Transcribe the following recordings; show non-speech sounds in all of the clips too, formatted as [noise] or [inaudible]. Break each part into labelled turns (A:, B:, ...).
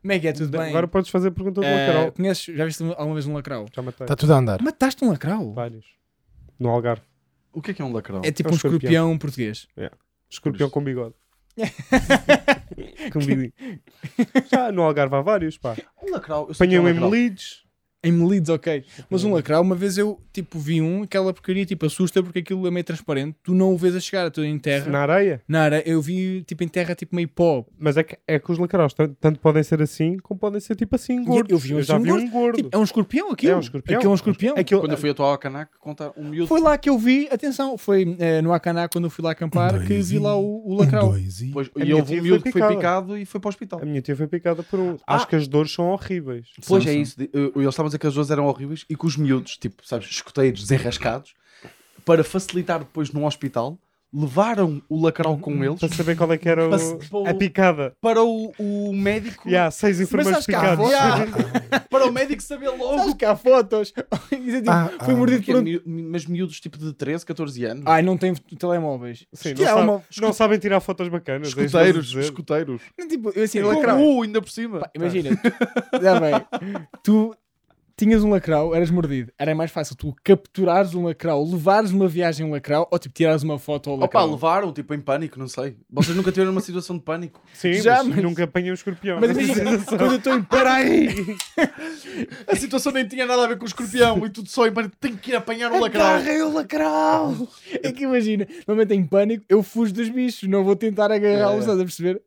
A: Como é que é? Tudo bem?
B: Agora podes fazer pergunta do
A: Eh,
B: Carol.
A: conheces, já viste alguma vez um lacrau?
B: Já matei
C: Está Tá tudo a andar.
A: Mataste um lacrau?
B: vários. No Algarve.
D: O que é que é um lacrão?
A: É tipo
B: É um
A: um escorpião português.
B: Escorpião com
A: [laughs]
B: bigode. com bigode. Já no Algarve há vários, pá.
D: Um lacrau. eu sei que é
A: então,
B: Apanhei
D: um
B: um em
D: lacrau.
B: Leeds.
A: Em Melides, ok. Mas um lacrau, uma vez eu tipo vi um, aquela porcaria tipo assusta porque aquilo é meio transparente, tu não o vês a chegar, tu em terra.
B: Na areia.
A: Na área, eu vi tipo em terra tipo meio pó.
B: Mas é que, é que os lacraus tan- tanto podem ser assim, como podem ser tipo assim, gordos.
A: eu vi um
B: já
A: assim,
B: vi
A: gordo.
B: um gordo.
A: Tipo, é um escorpião aquilo?
B: É um escorpião.
A: Aquilo é um escorpião.
B: Aquilo-
D: Quando eu fui atuar ao Canaco contar um miúdo.
A: Foi lá que eu vi, atenção, foi eh, no Acaná quando eu fui lá acampar
C: Um, dois,
A: que vi lá
C: um.
A: o, o
C: Um,
A: lacrau.
C: dois e...
D: Pois,
B: A
D: e
B: minha
D: houve
B: tia
D: um miúdo
B: foi
D: que foi
B: picada.
D: picado e foi para o hospital.
B: A minha tia foi picada por um.
D: Ah.
B: Acho que as dores são horríveis.
D: Pois
A: Sim,
D: é
A: sim.
D: isso. de- eu- Eles estavam a dizer que as duas eram horríveis e que os miúdos, tipo, sabes, escuteiros desenrascados, para facilitar depois no hospital, levaram o lacrau com eles
B: Para saber qual é que era o-
D: Para se- para o-
B: a picada.
D: para o, o médico
B: E há seis enfermeiros
A: sabes que há
B: picados.
A: fotos?
D: [laughs] para o médico saber logo.
A: Sabes que há fotos? [laughs] Isso é tipo,
C: Ah,
A: foi Ah,
C: ah.
A: mordido
D: Porque
A: por
D: é
A: um...
D: miú- mas miúdos tipo de 13, 14 anos.
A: Ai, não tem telemóveis.
B: Sim,
A: Que
B: não,
A: há
B: sabe-
A: uma-
B: não sabem tirar fotos bacanas. é isso que eu
D: escuteiros,
B: vou dizer.
D: escuteiros.
A: Tipo, eu assim,
D: Com
A: lacrau.
D: U ainda por cima.
A: Pá, imagina, tu- já bem, tu tinhas um lacrau, eras mordido. Era mais fácil tu capturares um lacrau, levares uma viagem a um lacrau ou tipo tirares uma foto ao
D: Opa,
A: lacrau.
D: levaram, tipo, em pânico, não sei. Vocês nunca tiveram uma situação de pânico.
B: Sim,
A: Já,
B: mas
A: mas-
B: nunca apanhei um escorpião.
A: Mas
B: [laughs]
A: é imagina, quando eu estou em Paraí,
D: A situação nem tinha nada a ver com o escorpião e tudo só em pânico. Tenho que ir apanhar um lacrau.
C: o lacrau!
A: é que imagina, no momento em pânico, eu fujo dos bichos, não vou tentar agarrá-los, estás a perceber?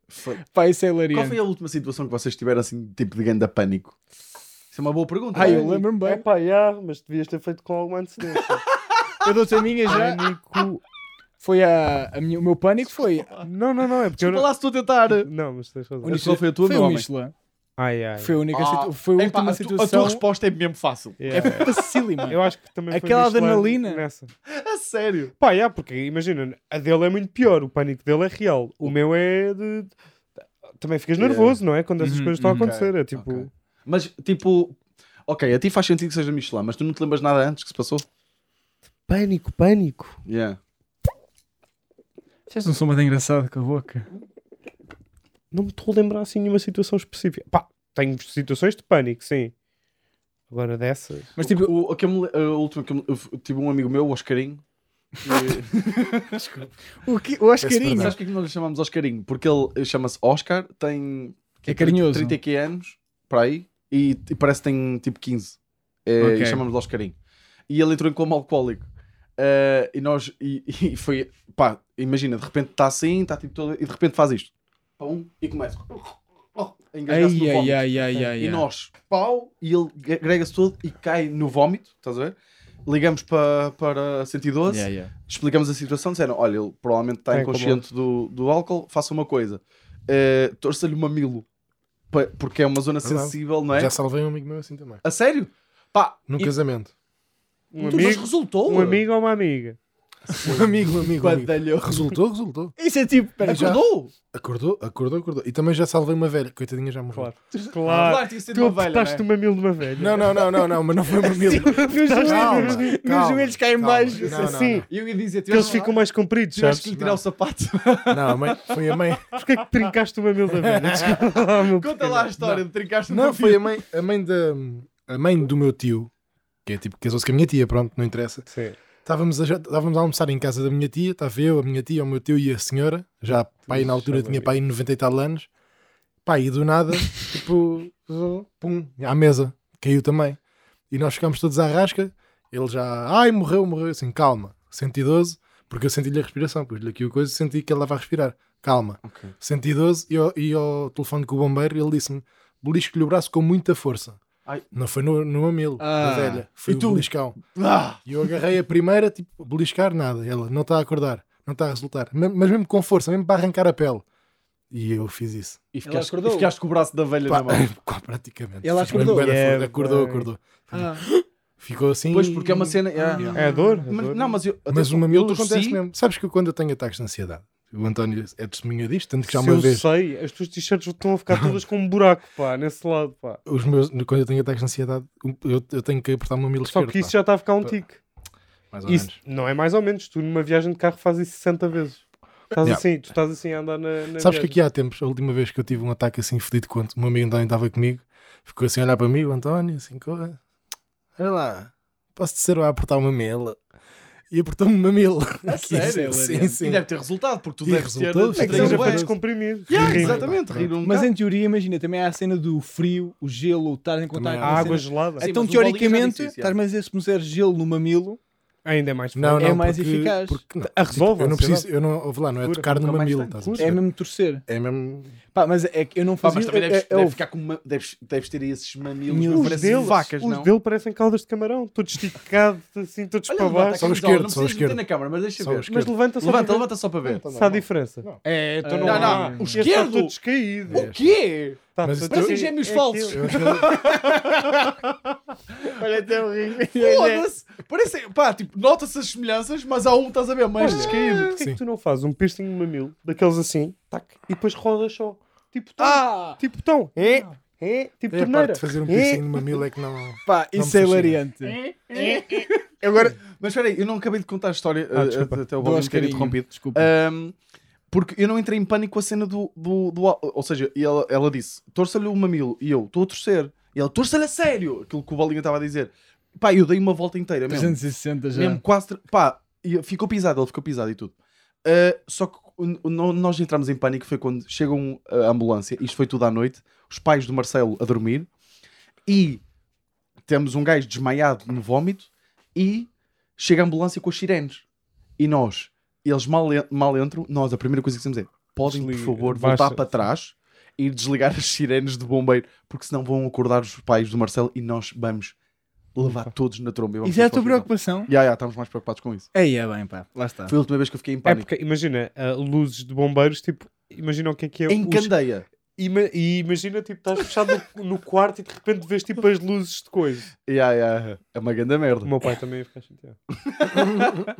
A: Pá, isso é
D: Qual É, foi
A: hilariante.
D: a última situação que vocês tiveram assim, tipo de ganda pânico? Isso é uma boa pergunta.
A: Ai, eu lembro-me
B: É
A: bem.
B: pá, já, mas devias ter feito com alguma antecedência.
A: [laughs] Eu dou-te a minha já.
B: Pânico.
A: Foi a, a minha, o meu pânico foi.
B: Não, não, não, é porque eu
D: Desculpa
B: não.
D: lá se estou a tentar.
B: Não, mas tens razão.
D: Onde- qual foi a tua,
A: foi
D: meu
A: o
D: homem?
A: Michelin.
B: Ai, ai.
A: Foi a única
D: Ah,
A: situ- Foi a
D: Epá,
A: última
D: a, tu- a
A: situação.
D: tua resposta é mesmo fácil.
A: É
B: Yeah.
A: facílima.
B: Eu acho que também foi
A: Aquela
B: Michelin
A: adrenalina.
B: Nessa.
D: [laughs] A sério.
B: Pá, já, porque imagina, a dele é muito pior, o pânico dele é real. O meu é de. Também ficas
D: Yeah.
B: nervoso, não é? Quando essas
A: Uhum,
B: coisas estão a
A: uhum.
B: acontecer. É tipo.
D: Ok. Mas tipo, ok, a ti faz sentido que seja Michelin, mas tu não te lembras nada antes que se passou?
B: Pânico, pânico.
D: Yeah.
A: Fizeste um som mais engraçado com a boca.
B: Não me estou a lembrar assim nenhuma situação específica. Pá, tenho situações de pânico, sim. Agora dessas.
A: Mas tipo,
D: O, o que eu me le- a última que eu me- eu f- tive um amigo meu, o Oscarinho. que-
A: o, que, o Oscarinho.
D: Sabes o que é que nós lhe chamamos Oscarinho? Porque ele eh, chama-se Oscar, tem
A: É carinhoso.
D: 30 e quê anos, para aí, e, e parece que tem tipo 15. É,
A: Ok.
D: E chamamos-lhe Oscarinho. E ele entrou em coma alcoólico. Eh, e nós, e, [laughs] e foi, pá, imagina, de repente está assim, está tipo todo, e de repente faz isto. Pum, e começa. Oh, a engasgar-se no
A: Ai, ai,
D: vómito.
A: ai, ai, ai.
D: E
A: ai.
D: nós, pau, e ele agrega-se todo e cai no vómito, estás a ver? Ligamos para, para 112,
A: Yeah, yeah.
D: explicamos a situação, disseram: olha, ele provavelmente está
B: Tem
D: inconsciente do, do álcool, faça uma coisa, eh, torça-lhe o mamilo, pa- porque é uma zona
C: Verdade.
D: sensível, não é?
C: Já salvei um amigo meu assim também.
D: A sério? Pá,
C: Num
D: e-
C: casamento.
B: Um
D: tu- mas
B: amigo,
D: resultou.
B: um amigo ou uma amiga?
C: Um amigo, um amigo. um amigo.
D: Badalhou.
C: Resultou, resultou.
A: Isso é tipo. Pera, já-
D: Acordou?
C: Acordou, acordou, acordou. E também já salvei uma velha. Coitadinha, já morreu.
B: Claro.
C: Ah,
B: Claro.
D: Ah, tinha sido
B: Tu
D: uma é? velha.
B: apertaste o mamilo de uma velha.
C: Não, não, não, não, não, mas não foi uma
B: [laughs]
C: mil.
A: Meus
C: Calma,
A: joelhos, meus
C: calma,
A: joelhos caem
C: calma.
A: baixo.
C: Não, não,
B: Assim.
C: não.
D: E eu ia dizer:
B: Que eles ficam mais compridos,
D: tiveste
B: sabes?
D: que lhe tirar o sapato.
C: Não, a mãe, foi a mãe.
B: Porquê é que trincaste o mamilo da
C: [laughs]
B: velha? Desculpa lá, meu
D: Conta lá a história de trincaste
C: Não, foi a mãe, a mãe da a mãe do meu tio, que é tipo casou-se com a minha tia, pronto, não interessa.
B: Sim.
C: Estávamos a, já- estávamos a almoçar em casa da minha tia, estava eu, a minha tia, o meu tio e a senhora, já pai na altura
B: chama
C: tinha
B: bem.
C: pai 90 e tal anos, pai, e do
D: [laughs]
C: nada, tipo, pum, à mesa, caiu também. E nós ficámos todos à rasca, ele já, ai, morreu, morreu, Eu assim, calma, 112, porque eu senti-lhe a respiração, pus-lhe aqui o coisa e senti que ele estava a respirar, calma. 112 e ao, e ao telefone com o bombeiro ele disse-me belisco-lhe o braço com muita força.
D: Ai.
C: Não foi no, no mamilo,
A: Ah.
C: na velha. Foi
D: E
C: o
D: tu?
C: beliscão.
D: Ah,
C: E eu agarrei a primeira, tipo, beliscar nada. Ela não está a acordar, não está a resultar. Me- Mas mesmo com força, mesmo para arrancar a pele. E eu fiz isso.
D: e ficaste,
A: acordou.
D: e ficaste com o braço da velha na
C: [laughs] Pá,
D: mão. É,
C: praticamente.
A: Ela
C: Fiz mesmo
A: acordou?
C: bué da
B: Yeah,
C: força. acordou,
B: bem.
C: acordou.
A: Ah,
C: Ficou assim.
D: Pois, porque é uma cena. é.
B: É a dor?
D: Mas- não, mas eu.
C: Mas
D: atenção,
C: o mamilo
D: eu torci,
C: acontece mesmo. Sabes que quando eu tenho ataques de ansiedade, o António é testemunha disto, tanto que já
B: Se
C: uma
B: eu
C: vez.
B: sei, as tuas t-shirts estão a ficar todas com um buraco, pá, nesse lado, pá.
C: Os meus, quando eu tenho ataques de ansiedade, eu, eu tenho que apertar o mamilo
B: Só
C: esquerdo.
B: que isso
C: pá.
B: já está a ficar um tique.
C: Mais ou
B: Isso
C: menos.
B: não é mais ou menos. Tu numa viagem de carro fazes isso 60 vezes. Estás
C: Yeah.
B: assim, tu estás assim a andar na.
A: É
B: na
C: Sabes
B: viagem.
C: que aqui há tempos, a última vez que eu tive um ataque assim fedido, quando o meu amigo António estava comigo, ficou assim a olhar para mim, o António, assim, coisa. Olha lá, posso dizer ou a apertar uma mela? E apertou-me
A: [laughs]
C: uma mela. [laughs]
D: sério?
C: Sim, sim.
A: é
D: E deve ter resultado, porque tu
C: assim. E
D: deves ter...
C: resultou,
D: ter-
B: É que seja
C: Sim,
B: para
C: bem.
B: descomprimir.
D: Yeah,
B: Rir.
D: exatamente, rir um
A: Mas então,
D: bocado.
A: em teoria, imagina, também há a cena do frio, o gelo, o estar em
C: Também
A: contato
C: há.
A: com
B: A
A: a cena.
B: água gelada.
C: Assim.
D: Sim,
A: Então,
D: mas o é Bolinha já
A: teoricamente,
D: disse isso, já.
A: estás-me a dizer, se puser gelo no mamilo,
B: Ainda é mais
C: Não,
B: forte.
C: não,
A: É mais
C: porque-
A: eficaz.
C: Porque, não,
B: Ah, resolve,
C: eu não
B: ansiedade.
C: preciso, eu não, ouve lá, não é
B: Cura,
C: tocar no
D: nunca mais
C: mamilo,
D: tem.
C: estás a
A: é
C: ver?
A: mesmo torcer.
C: É mesmo.
A: Pá, mas é que eu não
D: Pá,
A: fazia.
D: mas também
A: é-
D: deves,
A: é- é
D: deve
A: o-
D: ficar com uma- deves, deves ter esses mamilos
A: Mamilos.
D: que
A: Os
D: parecem
B: deles-
D: vacas,
B: os
D: não?
B: dele parecem caldas de camarão, todo esticado, assim, todos
D: Olha,
B: para
D: levanta a
B: baixo.
C: Só o
D: camisola,
C: esquerdo,
D: não
C: só o
D: precisas meter
C: esquerdo.
D: na câmara, mas deixa
C: Só o
D: ver.
C: esquerdo.
B: Mas levanta só
D: Levanta,
B: para ver
D: levanta só para ver.
B: se há diferença.
C: Não.
A: É, então
D: Não,
A: não. há.
D: não, o
B: Este está
D: esquerdo!
B: todo descaído.
D: O quê?
B: Está
C: Mas
B: todo-
D: Parecem
B: é-
D: gêmeos
B: é
D: falsos.
C: [laughs]
B: aquilo.
A: [laughs]
C: Eu acho
B: [laughs] Olha, até o rim.
D: Foda-se! Parece, pá, tipo, nota-se as semelhanças, mas há um, estás a ver, mas.
B: Mais descaído. Porquê
C: Sim.
B: que tu não fazes um piercing no mamilo, daqueles assim, tac, e depois rodas só? Tipo tão.
D: Ah!
B: Tipo tão. É, é, tipo
C: que é a parte
B: torneira.
C: de fazer um
B: É.
C: piercing no mamilo é que não.
A: Pá,
C: Não
A: isso é
C: me fascina.
A: hilariante.
D: Agora... Mas espera aí, eu não acabei de contar a história
B: Ah,
D: ah,
B: desculpa.
D: até o
A: Dou
D: Bolinho ter
A: Oscarinho.
D: interrompido.
A: Desculpa.
D: Ahm, porque eu não entrei em pânico com a cena do. do, do- ou seja, e ela, ela disse: torça-lhe o mamilo. E eu, estou a torcer. E ela, torça-lhe a sério! Aquilo que o Bolinha estava a dizer. Pá, eu dei uma volta inteira mesmo.
A: 360 já.
D: Mesmo quase. tre- Pá, e ficou pisado, ele ficou pisado e tudo. Ah, só que n- n- nós entramos em pânico foi quando chegam a ambulância, isto foi tudo à noite, os pais do Marcelo a dormir e temos um gajo desmaiado no vómito e chega a ambulância com as sirenes. E nós, eles mal, en- mal entram, nós a primeira coisa que temos é podem,
B: Desliga,
D: por favor,
B: baixa.
D: voltar para trás e desligar as sirenes de bombeiro, porque senão vão acordar os pais do Marcelo e nós vamos levar todos na tromba. e vamos
A: Isso é a tua
D: todos para o hospital.
A: preocupação?
D: Ya, ya, estamos mais preocupados com isso.
A: Aí é bem, pá. Lá está.
D: Foi a última vez que eu fiquei em
B: É
D: pânico.
B: porque, imagina, ah, luzes de bombeiros, tipo, imagina o que é que é. os-
D: em candeia.
B: Ima- E imagina, tipo, estás fechado no, no quarto e de repente vês tipo as luzes de coisa.
D: Ya, ya, É uma grande merda.
B: O meu pai também ia ficar chateado.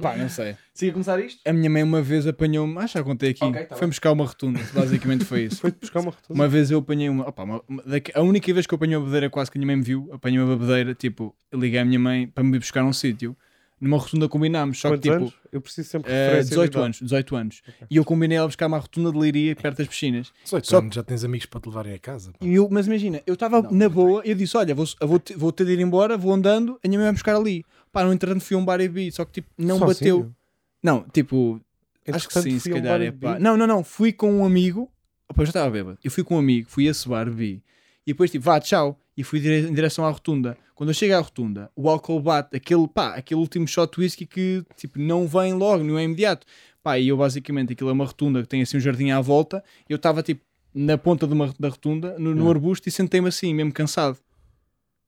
A: Pá, não sei.
D: Siga a começar isto?
A: A minha mãe uma vez apanhou-me, acho que já contei aqui.
D: Ok, tá
A: foi buscar uma rotunda, basicamente foi isso.
B: Foi-te buscar uma rotunda.
A: Uma vez eu apanhei uma, opa, uma- uma- daque- A única vez que eu apanhei uma bebedeira, quase que a minha mãe me viu, apanhei uma bebedeira, tipo, eu liguei à minha mãe para me ir buscar a um sítio. Numa rotunda combinámos, só
B: Quantos
A: que tipo,
B: anos? Eu preciso sempre de
A: eh,
B: referência. de
A: 18
B: idade.
A: anos, 18 anos. E eu combinei ela buscar uma rotunda de leiria perto das piscinas.
C: 18
A: Só-
C: anos, já tens amigos para te levarem a casa. pá.
A: E eu, mas imagina, eu estava na boa, eu disse: Olha, vou, eu vou, te- vou ter de ir embora, vou andando, a minha mãe vai buscar ali. Pá, no entretanto fui a um bar e vi, só que tipo, não bateu.
B: Sozinho?
A: Não, tipo, acho que
B: Entretanto,
A: sim, se
B: fui a um
A: calhar
B: bar e
A: é pá.
B: bebi.
A: Não, não, não. Fui com um amigo. Opa, eu já estava bêbado. Eu fui com um amigo, fui a bar, vi. E depois tipo, vá, tchau. E fui dire- em direção à rotunda. Quando eu chego à rotunda, o álcool bate, aquele pá, aquele último shot de whisky que tipo, não vem logo, não é imediato. Pá, e eu basicamente, aquilo é uma rotunda que tem assim um jardim à volta. Eu estava tipo na ponta de uma, da rotunda, no, no arbusto, e sentei-me assim, mesmo cansado.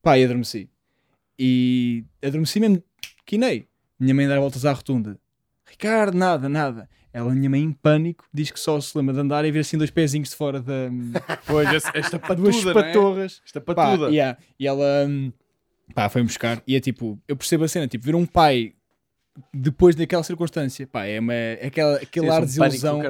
A: Pá, e adormeci. E adormeci mesmo, quinei. Minha mãe dá voltas à rotunda. Ricardo, nada, nada. Ela, minha mãe, em pânico, diz que só se lembra de andar e ver assim dois pezinhos de fora da.
D: Pois, esta
A: duas
B: né?
A: patorras.
B: é
D: Esta
A: Pá,
D: patuda.
A: yeah. E ela hum, pá, foi-me buscar. E é tipo, eu percebo a cena, tipo, ver um pai depois daquela circunstância, pá, é, uma, é aquela, aquele ar de
D: um
A: desilusão.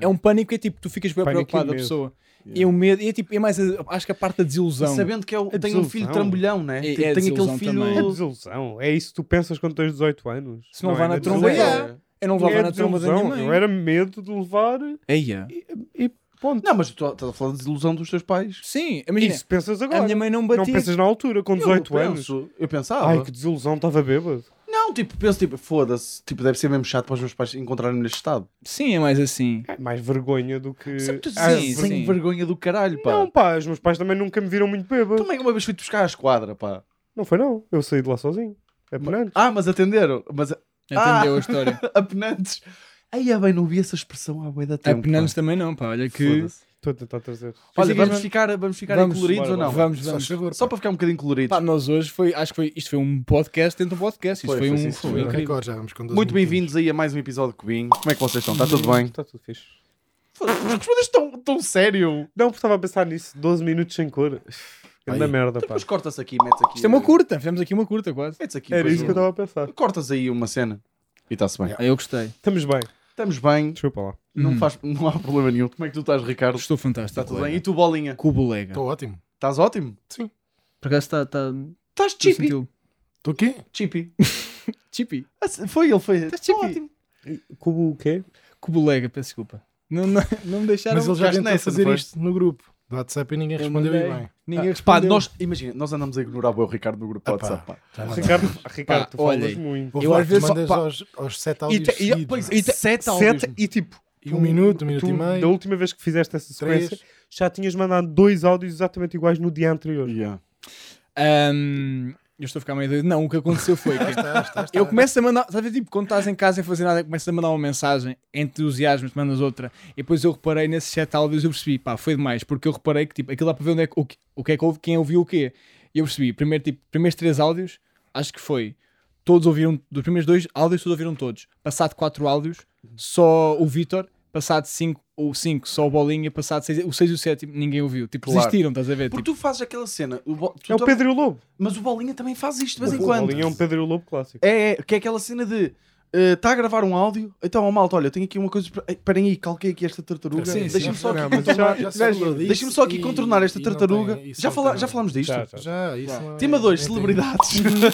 A: É um pânico que é tipo, tu ficas bem
B: Pânico e
A: preocupado, a
B: medo.
A: pessoa.
D: Yeah.
A: E o medo, e é tipo, é mais, a- acho que a parte da desilusão.
D: Sabendo que é o-
B: É
D: tem um filho
B: desilusão.
D: trambolhão, né?
A: É-
D: Tem,
A: é
D: tem aquele
A: desilusão
B: É
A: também.
D: filho.
B: desilusão. É isso que tu pensas quando tens 18 anos.
A: Se não vá na
B: desilusão.
A: tromba, é. Eu não levava
B: É
A: na tromba da minha
B: desilusão. Eu
A: mãe.
B: era medo de levar
A: Eia.
B: e, e É, ponto.
D: Não, mas tu estás a falar da desilusão dos teus pais.
A: Sim,
B: E
A: imagina.
B: isso pensas
A: A
B: agora.
A: minha mãe não
B: não
A: batia.
B: pensas na altura, com
D: Eu
B: 18
D: penso,
B: anos.
D: Eu pensava.
B: Ai, que desilusão, estava bêbado.
D: Não, tipo, penso, tipo, foda-se. Tipo, deve ser mesmo chato para os meus pais encontrarem-me neste estado.
A: Sim, é mais assim.
B: É mais vergonha do que.
A: é
D: Sabe, tu-
B: Ah,
A: sim,
D: sem
A: sim.
D: vergonha do caralho, pá.
B: Não, pá, os meus pais também nunca me viram muito bêbado.
D: Também uma vez fui-te buscar à esquadra, pá.
B: Não foi, não. Eu saí de lá sozinho. É penante.
D: Ah, mas atenderam. Mas
A: Entendeu
D: Ah.
A: a história.
D: [laughs] apenantes. Aí, é bem, não vi essa expressão há bué da tempo.
A: Apenantes
D: pá.
A: também não, pá. Olha que.
D: Foda-se.
B: Estou a tentar trazer.
D: Olha,
A: Pensei que
D: vamos
A: era-
D: ficar, vamos ficar
A: Vamos,
D: coloridos ou
B: bora,
D: não?
B: bora.
A: Vamos,
C: Só
A: vamos.
C: faz favor.
D: Só para ficar um bocadinho coloridos.
A: Pá, nós hoje foi, acho que foi, isto foi um podcast dentro de um podcast. Isto
D: Foi,
A: foi,
D: foi,
A: um.
D: sim,
A: foi
D: senhor.
A: incrível.
C: Agora já vamos com 12
D: Muito
C: minutinhos.
D: bem-vindos aí a mais um episódio de Cubinho. Como é que vocês estão? Está tudo bem?
B: Está tudo fixe.
D: Respondeste tão, tão sério.
B: Não, porque estava a pensar nisso. 12 minutos sem cor. Grande
C: Aí.
B: merda, pá.
D: Depois Então, corta-se aqui, metes aqui.
A: Isto é uma curta, fizemos aqui uma curta quase.
D: Metes aqui.
B: Era
D: depois
B: isso que eu estava
D: um-
B: a pensar.
D: Cortas aí uma cena. E está-se bem.
A: Ah, eu gostei.
B: Estamos bem.
D: Estamos bem.
B: Desculpa lá.
D: Não, faz, não há problema nenhum. Como é que tu estás, Ricardo?
A: Estou fantástico.
D: Está Tá tudo
A: colega.
D: bem. E tu, Bolinha?
A: Cubo Lega.
C: Estou ótimo.
D: Estás ótimo?
A: Por acaso está. Tá,
D: Estás chippy.
C: Estou aqui?
D: Chippy.
A: Chippy.
D: Ah, se- Foi, ele foi.
A: Estás
D: Tá
A: chippy.
D: ótimo.
B: Cubo o quê?
A: colega, peço desculpa. Não, não, não me deixaram.
C: Mas ele já
D: ficaste
C: tentou
D: nessa,
C: fazer
D: não foi?
C: isto no grupo do WhatsApp e ninguém
A: Eu
C: respondeu e
A: mandei.
C: bem.
A: Ninguém
D: Ah, Pá,
A: respondeu.
D: nós, imagina, nós andamos a ignorar bué o Ricardo no grupo do
C: Ah, pá.
D: WhatsApp. Pá.
C: Já
B: Ricardo, Ricardo tu falas
A: olhem,
B: muito.
C: Houve
A: eu
C: lá
A: às
C: que
A: vezes-
C: mandas
A: pá.
C: aos, aos
D: Tá
C: sete
A: E
C: áudios
A: te- e-
C: seguidos,
A: pois,
C: mano.
A: e te-
D: Sete áudios.
B: Sete e tipo.
C: Um minuto, um minuto
B: tu,
C: e meio.
B: Da última vez que fizeste essa
C: Três.
B: sequência, já tinhas mandado dois áudios exatamente iguais no dia anterior.
D: Yeah.
A: Ahm, eu estou a ficar meio doido. Não, o que aconteceu foi que eu começo a mandar, sabe, tipo, quando estás em casa sem fazer nada, começas a mandar uma mensagem, entusiasmas, mandas outra, e depois eu reparei nesses sete áudios, eu percebi, pá, foi demais, porque eu reparei que, tipo, aquilo dá para ver onde é que, o, que, o que é que houve, quem ouviu o quê. E eu percebi, primeiro, tipo, primeiros três áudios, acho que foi, todos ouviram, dos primeiros dois áudios, todos ouviram todos. Passado quatro áudios, só o Vitor, passado cinco, ou cinco, só o Bolinha, passado seis, o seis e o sétimo, ninguém ouviu, tipo,
D: Claro.
A: desistiram, estás a ver?
D: Porque
A: Tipo,
D: tu fazes aquela cena. o Bo- tu
B: é o
D: tam-
B: Pedro e o Lobo.
D: Mas o Bolinha também faz isto de Então, vez
B: O
D: em quando.
B: Bolinha é um Pedro e o Lobo clássico.
D: É, é, que é aquela cena de. Está a gravar um áudio, então, ó malta, olha, tenho aqui uma coisa. para- Ei, Esperem aí, calquei aqui esta tartaruga.
A: Sim, sim.
D: Deixa-me só, aqui [laughs]
C: Não, mas já-
D: contornar-
C: já se
D: Gajo,
C: falou disso
D: deixa-me só aqui
C: e-
D: contornar esta
C: e não
D: tartaruga.
C: tem- isso
D: Já,
C: não
D: fala-
C: tem
D: já
C: nada.
D: falámos disto?
B: Já, já.
C: Já, isso não é-
D: Tema 2,
C: nem tem- [laughs]
D: celebridades. Ainda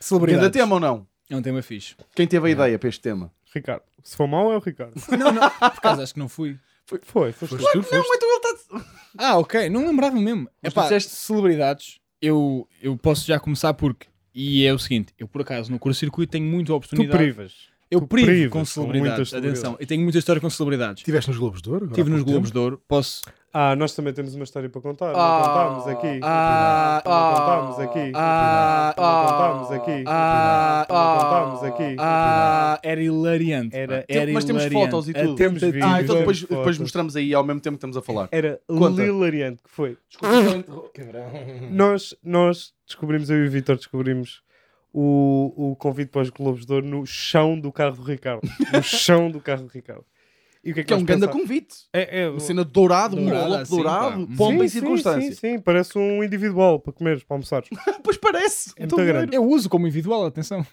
A: celebridades.
D: tema ou não?
A: É um tema fixe.
D: Quem teve a ideia para este tema?
B: Ricardo. Se for mau, é o Ricardo.
A: Por acaso, acho que não fui.
B: Foi, foi.
C: Foste tu, foste.
D: então ele está.
A: Ah, ok, não lembrava mesmo. É
D: Mas tu
A: pá,
D: disseste-
A: celebridades, eu, eu posso já começar porque. E é o seguinte, eu por acaso no curto-circuito tenho muita
B: Tu
A: oportunidade.
B: privas.
A: eu
B: tu
A: privo
B: privas
A: com
B: com
A: celebridades,
B: muitas
A: atenção, eu tenho muita história com celebridades.
C: Estiveste nos Globos de Ouro? agora
A: Estive
C: há
A: nos
C: pouco
A: Globos
C: tempo?
A: de Ouro, posso.
B: Ah, nós também temos uma história para contar.
D: Ah,
B: não contámos aqui.
A: ah,
B: Não
D: ah,
B: contámos aqui.
A: ah,
B: Não
D: ah,
B: contámos aqui.
A: ah,
B: Não contámos aqui.
A: Ah, era hilariante. pá,
B: Era-
A: era
D: Mas temos
A: hilariante.
D: fotos e
A: A
D: tudo.
B: Temos
A: tentativa-
B: vídeos.
D: Ah, então depois,
B: Fotos.
D: depois mostramos aí ao mesmo tempo que estamos a
C: É.
D: falar.
B: Era
D: Conta. Uhum.
B: hilariante que foi.
D: Desculpa, é um
B: Nós, nós descobrimos, eu e o Vitor descobrimos o, o convite para os Globos de Ouro no chão do carro do Ricardo.
D: [laughs]
B: No chão do carro do Ricardo. E o que é que,
D: que é um
B: nós
D: grande
B: pensámos?
D: convite.
B: É, é,
D: Uma cena dourada, um
A: Dourada,
D: envelope
A: assim,
D: dourado,
A: pá.
D: pompa
B: Sim,
D: e
B: sim,
D: circunstância.
B: Sim, sim, parece um individual para comeres, para
D: [laughs]
B: almoçares.
D: Pois parece. Então-
B: É muito grande.
A: Eu uso como individual, atenção.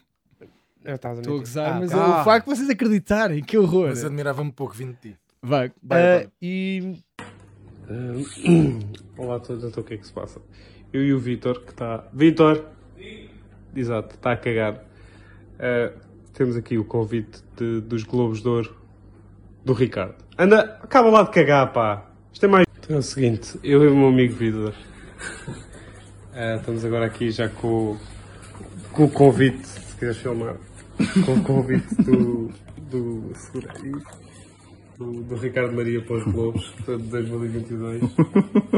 B: É, estás a
A: Estou a
B: mentir.
A: gozar,
B: Ah,
A: mas
D: tá.
A: é o facto de vocês acreditarem, que horror.
C: Mas admirava-me pouco vindo de ti.
A: Vai, vai,
B: Ah,
A: vai.
B: e
E: [coughs] Olá a todos, então o que é que se passa? Eu e o Vitor, que está. Vitor! Exato, está a cagar. Ah, temos aqui o convite de- dos Globos de Ouro do Ricardo. Anda, acaba lá de cagar, pá! Isto é mais. Então é o seguinte, eu e o meu amigo Vitor. ah, estamos agora aqui já com, o- com o convite, se quiseres filmar, com o convite do. do. segura aí do, do Ricardo Maria para os Globos de 2022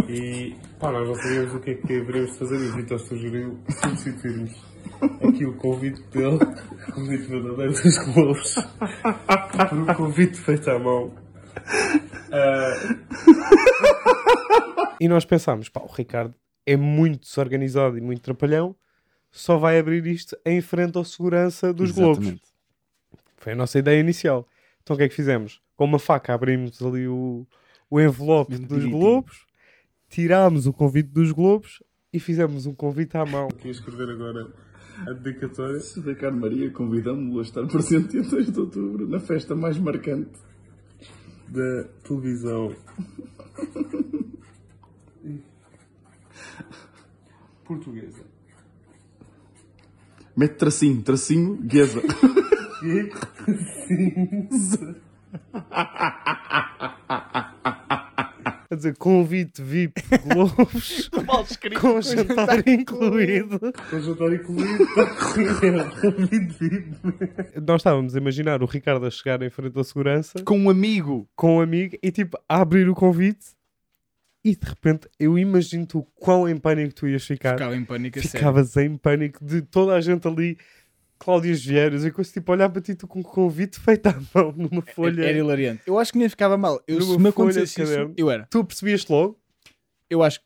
E: e pá, nós não sabíamos o que é que deveríamos fazer e o
B: Então,
E: Vitor sugeriu substituirmos aqui o convite dele, o convite verdadeiro dos Globos, por um convite feito à mão.
B: Ah. E nós pensámos, pá, o Ricardo é muito desorganizado e muito trapalhão, só vai abrir isto em frente ao segurança dos Globos. Foi a nossa ideia inicial. Então o que é que fizemos? Com uma faca abrimos ali o, o envelope
A: Mesmo
B: dos
A: direitinho.
B: Globos, tirámos o convite dos Globos e fizemos um convite à mão.
E: Aqui a escrever agora a dedicatória.
F: Ricardo Maria convidamos-lo a estar presente a 2 de outubro na festa mais marcante.
E: da televisão. Portuguesa.
F: Mete tracinho, tracinho, guesa.
B: A dizer, convite VIP
A: [laughs]
B: Globos, com jantar incluído.
E: Com jantar incluído, está
B: Nós estávamos a imaginar o Ricardo a chegar em frente ao segurança
D: Com um amigo.
B: com um amigo e tipo a abrir o convite e de repente eu imagino-te o quão em pânico tu ias ficar.
A: Ficava em pânico, a sério.
B: Ficavas em pânico de toda a gente ali, Cláudias Vieiras, e coisa tipo olhar para ti tu com um convite feito à mão numa folha.
A: Era hilariante. Eu acho que nem ficava mal. Eu,
B: Numa
A: se me
B: folha de
A: acontecesse isso,
B: caderno.
A: eu era.
B: Tu percebias logo?
A: Eu acho que.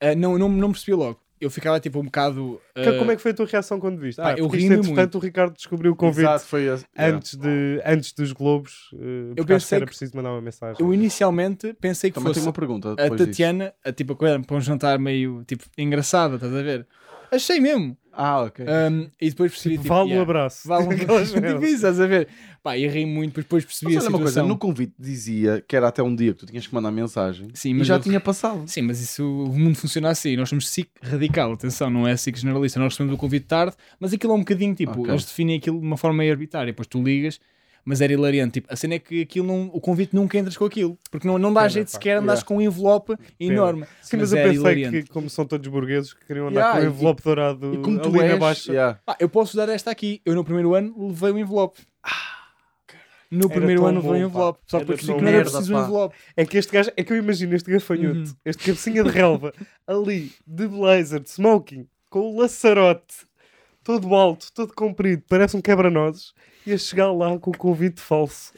A: ah, não, não, não percebi logo. Eu ficava tipo um bocado.
B: Que- como é que foi a tua reação quando viste?
A: pá,
B: Ah,
A: eu
B: porque
A: ri-me
B: entretanto, o Ricardo descobriu o convite
D: Exato, foi é. esse.
A: É,
B: antes, de, antes dos Globos, eh, porque acho que
A: pensei
B: era
A: que-
B: preciso mandar uma mensagem.
A: Eu inicialmente pensei que
D: Também
A: fosse
D: tenho uma pergunta.
A: a
D: depois disso.
A: Tatiana, a, tipo, a coisa para um jantar meio tipo, engraçada, estás a ver? Achei mesmo.
D: Ah, ok.
A: Ahm, e depois percebi. Tipo,
B: Vale o
A: yeah,
B: abraço.
A: Vale
B: Aquelas
A: um
B: merdas.
A: tipo isso, estás a ver? Pá, e ri muito, mas depois percebi
D: Mas
A: a
D: olha uma coisa,
A: situação.
D: no convite dizia que era até um dia que tu tinhas que mandar mensagem
A: Sim,
D: e
A: mas
D: já
A: eu-
D: tinha passado.
A: Sim, mas isso o mundo funciona assim. Nós somos SIC radical, atenção, não é SIC generalista. Nós recebemos o convite tarde, mas aquilo é um bocadinho tipo,
D: Ok.
A: eles definem aquilo de uma forma meio arbitrária. Depois tu ligas, Mas era hilariante. Tipo, a cena é que aquilo não, o convite nunca entras com aquilo. Porque não, não dá
G: Pena,
A: jeito
G: pá.
A: sequer andares
D: Yeah.
A: com um envelope enorme.
G: Sim, mas, eu
A: era
G: pensei
A: é hilariante.
G: que, como são todos burgueses, que queriam andar
D: Yeah,
G: com
D: e-
G: o envelope dourado
D: E como tu
G: ali na
D: és,
G: baixa.
D: yeah.
A: Pá, eu posso dar esta aqui. Eu no primeiro ano levei um envelope. No
G: Ah, Era
A: primeiro
G: tão
A: ano levei um
G: bom, pá.
A: envelope. Só
D: Era
A: porque
D: tão
A: não era
D: merda,
A: preciso um
D: pá.
A: envelope.
G: É que este gajo, é que eu imagino este gafanhoto, este cabecinha de relva, ali, de blazer, de smoking, com o laçarote, todo alto, todo comprido, parece um quebra-nozes, e a chegar lá com o convite falso.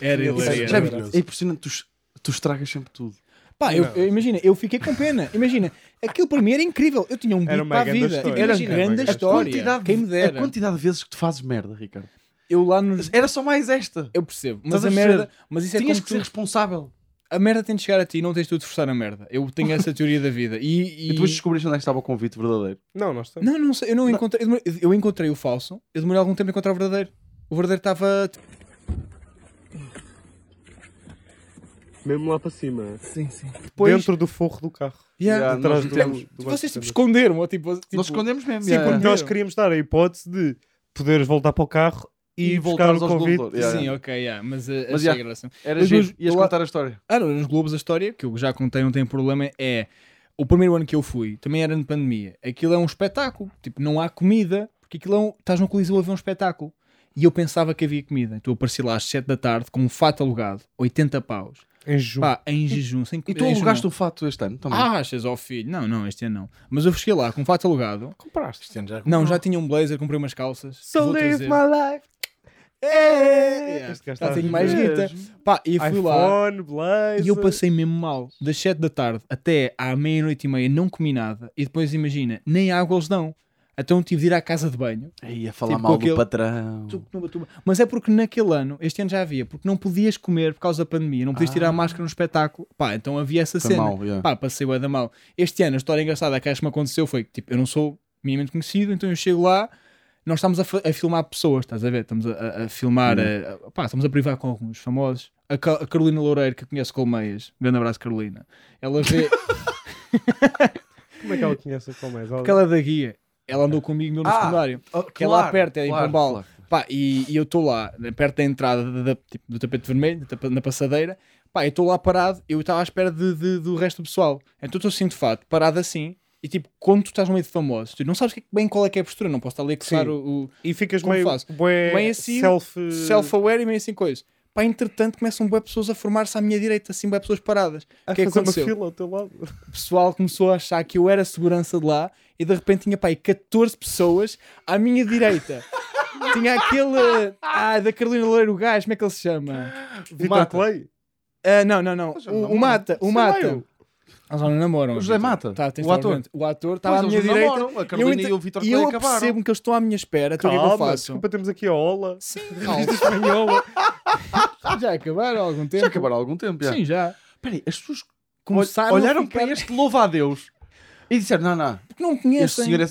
A: Era
G: Isso
D: Isso-
A: hilariante.
D: já vi,
C: maravilhoso.
D: é impressionante, tu, es- tu estragas sempre tudo.
A: Pá, eu, eu- imagina, eu fiquei com pena. Imagina, aquilo para mim era incrível. Eu tinha um
G: Era
A: bico
G: uma
A: para a
G: grande
A: vida.
G: história.
A: Era
G: Imagina,
A: grande
G: a
A: história.
D: de-
A: Quem me
D: um a
A: dera.
D: quantidade de vezes que tu fazes merda, Ricardo.
A: Eu lá nos.
D: Era só mais esta.
A: Eu percebo. Mas
D: Estás a
A: a
D: perceber?
A: merda. Mas isso é
D: Tinhas
A: como
D: que ser
A: tu,
D: responsável.
A: A merda tem de chegar a ti e não tens tu de forçar a merda. Eu tenho essa teoria da vida. E.
D: E depois descobriste onde é que estava o convite verdadeiro.
G: Não, nós estamos.
A: Não, não sei. Eu não encontrei. Eu, demorei, eu encontrei o falso. Eu demorei algum tempo a encontrar o verdadeiro. O verdadeiro estava. tipo,
B: Mesmo lá para cima.
A: Depois.
G: Dentro do forro do carro.
A: Yeah.
D: Yeah, nós
G: atrás do,
D: metemos-
G: do banco
A: Vocês
G: de
A: tipo
G: trás.
A: esconderam. Ou, tipo, tipo,
D: Nós escondemos mesmo.
G: Sim,
D: yeah,
G: quando
D: yeah.
G: nós queríamos dar a hipótese de poderes voltar para o carro e,
D: E
G: buscar
D: voltarmos
G: o
D: aos
G: convite.
D: Globos de Ouro, yeah,
A: Sim,
D: yeah.
A: ok, yeah, mas, uh,
D: Mas,
A: achei
D: yeah.
A: graça.
D: Era
A: Mas
D: giro.
A: nós-
D: Ias
A: eu lá-
D: contar a história.
A: Ah, não, nos Globos a história, que eu já contei, não tem problema, é o primeiro ano que eu fui, também era de pandemia. Aquilo é um espetáculo, tipo, não há comida, porque aquilo é um, estás no Coliseu a ver um espetáculo. E eu pensava que havia comida, então eu apareci lá às 7 da tarde com um fato alugado, 80 paus,
G: Em junho.
A: pá, em jejum, sem
D: E
A: comida.
D: tu
A: em
D: alugaste
A: jejum.
D: o fato este ano também.
A: Ah, achas, ó filho, não, não, este ano não. Mas eu cheguei lá com um fato alugado,
G: compraste.
C: Este ano já-
A: não, já tinha um blazer, comprei umas calças.
G: So
A: vou
G: live
A: trazer.
G: my life.
A: Yeah.
G: É, Este gajo
A: Já
G: está
A: tenho
G: a
D: é
A: mais
G: viver.
A: guita. Pá, e fui lá.
G: iPhone, blazer.
A: E eu passei mesmo mal, das 7 da tarde até à meia-noite e meia, não comi nada. E depois, imagina, nem água eles dão. Então tive de ir à casa de banho.
D: Aí a falar
A: Tipo,
D: mal
A: com aquele-
D: do patrão.
A: Tu- tu- tu- Mas é porque naquele ano, este ano já havia, porque não podias comer por causa da pandemia, não podias tirar a máscara no espetáculo. Pá, então havia essa
D: Ah. Foi
A: cena.
D: mal, yeah.
A: Pá, passei o da mal. Este ano, a história engraçada que acho que me aconteceu foi que, tipo, eu não sou minimamente conhecido, então eu chego lá, nós estamos a, fa- a filmar pessoas, estás a ver? Estamos a, a- a filmar,
D: Uhum.
A: eh, a- a- pá, estamos a privar com alguns famosos. A, Ca- a Carolina Loureiro, que eu conheço Colmeias, grande abraço, Carolina. Ela vê,
D: [laughs]
G: Como é que ela conhece a Colmeias? Ela-
A: aquela da guia, ela andou comigo meu no
D: Ah,
A: secundário.
D: Oh,
A: Que é lá
D: claro,
A: perto, é em
D: claro,
A: Pombal.
D: claro.
A: Pá, e, e eu estou lá, né, perto da entrada da- da- tipo, do tapete vermelho, da tapa- na passadeira. Pá, eu estou lá parado, eu estava à espera de- de- do resto do pessoal. Então estou assim de fato, parado assim. E tipo, quando tu estás no meio de famosos, tu não sabes que- bem qual é que é a postura, não posso estar ali a coçar
G: Sim.
A: o,
G: E ficas
A: Como
G: meio,
A: faço?
G: bué
A: Meio assim,
G: self...
A: o self-aware e meio assim coisa. Pá, entretanto começam bué pessoas a formar-se à minha direita, assim bué pessoas paradas.
G: a
A: O que é que
G: fazer
A: aconteceu?
G: uma fila ao teu lado. [laughs]
A: O pessoal começou a achar que eu era segurança de lá e de repente tinha pai 14 pessoas à minha
D: [laughs]
A: direita. tinha aquele. Ah, da Carolina Loureiro, o gajo, como é que ele se chama?
G: Vitor Clay.
A: Ah, não, não, não.
D: já
A: O,
D: não
A: o Mata, o
G: Sei
A: Mata.
G: lá eu.
A: Eles já não namoram.
D: O José
A: Vitor.
D: Mata?
A: Tá, tens
D: O ator?
A: totalmente. O ator estava
D: Pois,
A: à minha
D: eles não
A: direita.
D: namoram. A
A: E eu
D: Carolina
A: ent-
D: e o Vitor
A: e
D: Clay
A: eu
D: acabaram.
A: percebo que eles estão à minha espera. Então o que é que eu
G: Calma,
A: faço?
G: desculpa, temos aqui a Ola.
A: Sim,
G: Revista espanhola.
A: calma. [laughs] já acabaram há algum tempo.
D: Já acabaram há algum tempo. já.
A: Sim, já.
D: Espera aí, as pessoas
A: Começaram
D: olharam
A: a ficar...
D: para este louva a Deus e disseram: Não, não,
A: Porque não
D: este
A: conhecem.
D: senhor é.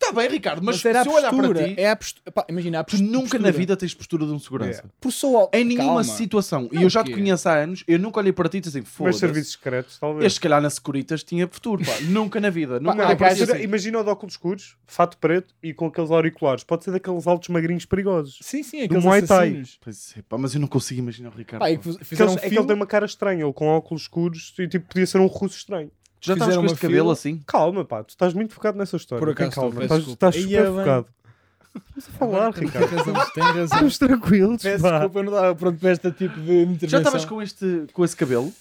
D: Está bem, Ricardo, mas,
A: Mas, era a
D: se eu olhar para
A: postura.
D: ti,
A: É a postura. Pá, imagina, a
D: tu
A: postu-
D: nunca
A: postura.
D: na vida tens postura de um segurança.
A: Por só...
D: Em nenhuma
A: Calma.
D: situação.
A: Não,
D: e eu já te
A: quê?
D: conheço há anos, eu nunca olhei para ti e disse assim:
G: Mas
D: Foda-se.
G: serviços secretos, talvez.
D: Este, se calhar, na Securitas tinha
A: [laughs]
D: futuro, pá. Nunca na vida.
G: Não,
D: Nunca
A: há
D: olhei para ti
A: gajos
D: assim.
G: imagina, imagina o de óculos escuros, fato preto e com aqueles auriculares. Pode ser daqueles altos magrinhos perigosos.
A: Sim, sim, aqueles
G: Muay Thai.
A: assassinos.
D: Pois é, pá, mas eu não consigo imaginar o Ricardo.
A: Pá, e
D: pá.
A: fiz- fizeram um
G: Aqueles, é que ele
A: filme.
G: tem uma cara estranha, ele com óculos escuros e tipo, podia ser um russo estranho.
D: Tu já estavas
A: fizeram
D: com
A: uma
D: este cabelo
A: fila.
D: assim?
G: Calma, pá, tu estás muito focado nessa história. é
A: Por acaso
G: Tem calma,
A: estou, peço
G: estás,
A: desculpa.
G: estás
A: Ia é
G: super
A: bem.
G: focado. Estamos a falar, Ricardo.
A: Tem razão, tem razão.
G: Estamos tranquilos,
A: [laughs] Peço
G: pá.
A: desculpa, eu não estava pronto para este tipo de intervenção.
D: Já estavas com, este, com esse cabelo?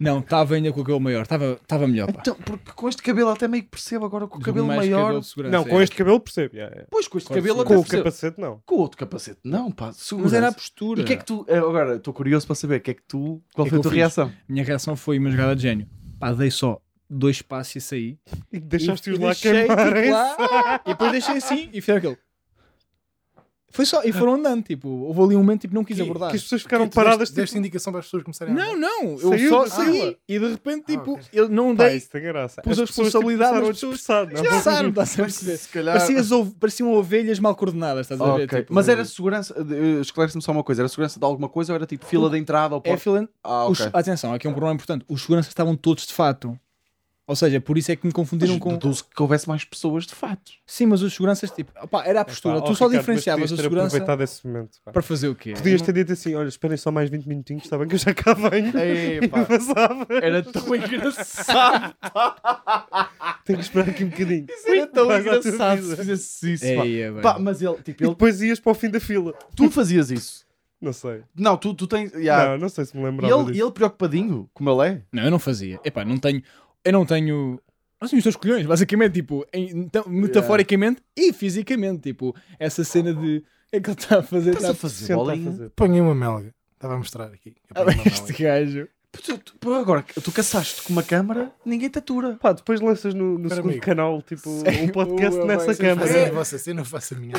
A: Não, estava ainda com o cabelo maior. Estava, estava melhor, pá.
D: Então, porque com este cabelo até meio que percebo agora com o
A: Mas
D: cabelo
A: mais
D: maior.
A: cabelo de segurança,
G: Não, com
A: é.
G: este cabelo percebo. yeah, yeah.
D: Pois, com este
A: Claro,
D: cabelo
A: sim.
D: até
G: Com o
D: percebo.
G: capacete, não.
D: Com outro capacete, não, pá,
A: Mas era a
D: segurança.
A: postura.
D: E o que é que tu. eh, Agora, estou curioso para saber o que é que tu. Qual
A: Que é
D: foi
A: que
D: a
A: eu
D: tua
A: fiz? [laughs]
D: reação?
A: Minha reação foi uma jogada de gênio. Pá, dei só dois passos e saí.
G: E deixaste-os
A: E- e
G: lá
A: deixei,
G: queimarem.
A: tipo, lá, E depois deixei assim e fizeram aquele. Foi só, e foram andando, tipo, houve ali um momento, tipo, não quis
G: Que,
A: abordar.
G: que as pessoas ficaram
C: Tu
G: paradas.
C: deste,
G: Tipo,
C: deste indicação para as pessoas começarem a
A: Não, não, eu
G: Saiu
A: só
G: da
A: saí
G: fila.
A: e de repente,
C: Ah,
A: tipo,
C: ok.
A: eu não
G: pá,
A: dei,
G: isso tem é graça.
A: pus a
G: As pessoas,
A: responsabilidade
G: tipo,
A: nas
G: começaram a
A: pessoas.
G: dispersar, não?
A: passaram, estás a perceber?
D: se calhar.
A: Pareciam, as ov- pareciam ovelhas mal coordenadas, estás a ver?
D: Assim, Ok,
A: Tipo,
D: Mas era segurança. eh, Esclarece-me só uma coisa: era segurança de alguma coisa ou era tipo fila de entrada ou
A: é
D: porta?
A: fila,
D: Ah,
A: Os-
D: ok.
A: atenção, aqui é um problema importante. Os seguranças estavam todos de fato. Ou Ou seja, por isso é que me confundiram
D: Mas
A: com.
D: deduzo que houvesse mais pessoas de [laughs] fato.
A: Sim, mas os seguranças, tipo, opá, era a postura. tu só diferenciavas a segurança
G: aproveitado esse momento. pá.
A: para fazer o quê?
G: Podias ter dito assim: olha, esperem só mais 20 minutinhos, está bem que eu já cá venho. [laughs] E passava.
D: Era tão engraçado.
G: Tenho que esperar aqui um bocadinho.
D: Era tão
G: Mas à tua
D: engraçado se
G: vida.
D: fizesse isso. pá.
A: Ei, é, bem.
D: Pá, mas ele, tipo,
G: E
D: ele,
G: depois ias para o fim da fila.
D: tu fazias isso.
G: Não sei.
D: Não, tu, tu tens. Yeah.
G: Não, não sei se me
D: E
G: lembrava
D: ele,
G: disso.
D: ele preocupadinho, como ele é.
A: Não, eu não fazia. Epá, não tenho. Eu não tenho. Não tenho os teus colhões, basicamente, tipo, em- então, metaforicamente e fisicamente. Tipo, essa cena de. O que é que ele está a fazer?
D: Estás a
A: Tá-
D: fazer
G: Senta a
D: bolinha?
G: fazer.
C: Apanhei uma melga. Estava a mostrar aqui. Apanhei uma
A: Este
C: melga.
A: gajo.
D: Pô, tu- tu- pô, agora, tu caçaste com uma câmara, ninguém te atura.
G: Pá, depois lanças no, no
C: Espera,
G: segundo
C: amigo.
G: canal, tipo, um podcast
A: Ua,
G: nessa
A: vai,
C: Vocês
G: câmara.
C: fazem a vossa cena, eu faço a minha.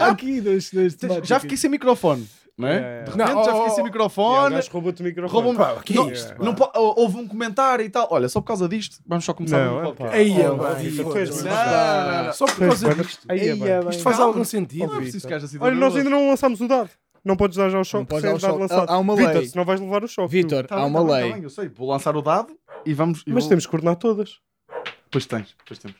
A: Aqui, dois, dois.
D: Já fiquei sem microfone, não é?
G: É, é.
D: De repente
C: Não, oh,
D: já fiquei sem
C: oh,
G: Yeah, o
D: microfone.
G: gajo roubou-te o microfone.
D: Roubam
C: Pá, o que é
D: não,
C: isto, pá?
D: não po- oh, houve um comentário e tal. Olha, só por causa disto, vamos só começar
G: Não,
D: um
G: é
D: podcast.
G: pá.
C: Aí, é
G: Oh,
C: bem,
G: Vitor, tu és
C: foda-se.
G: muito
D: Não, não, não, não. Só por
G: Tu és
D: causa
G: bem-
D: disto.
G: Aí é
D: Ei,
G: bem.
D: é bem.
C: Isto faz
D: Calma.
C: algum sentido.
D: Não é preciso que haja sido
G: Olha, nós
D: nervoso.
G: ainda não lançámos o dado. Não podes dar já o choque
A: podes
G: sem
A: dar
G: o
A: o
G: dado
A: choque.
G: lançado.
A: Há uma
G: Vitor,
A: lei.
G: senão vais levar o choque. tu.
A: Vitor,
D: Tá
A: há
D: bem,
A: uma
D: tá bem,
A: lei.
D: tá bem, eu sei, vou lançar o dado e vamos. e
G: Mas
D: vou-
G: temos que coordenar todas.
D: Pois tens, pois temos.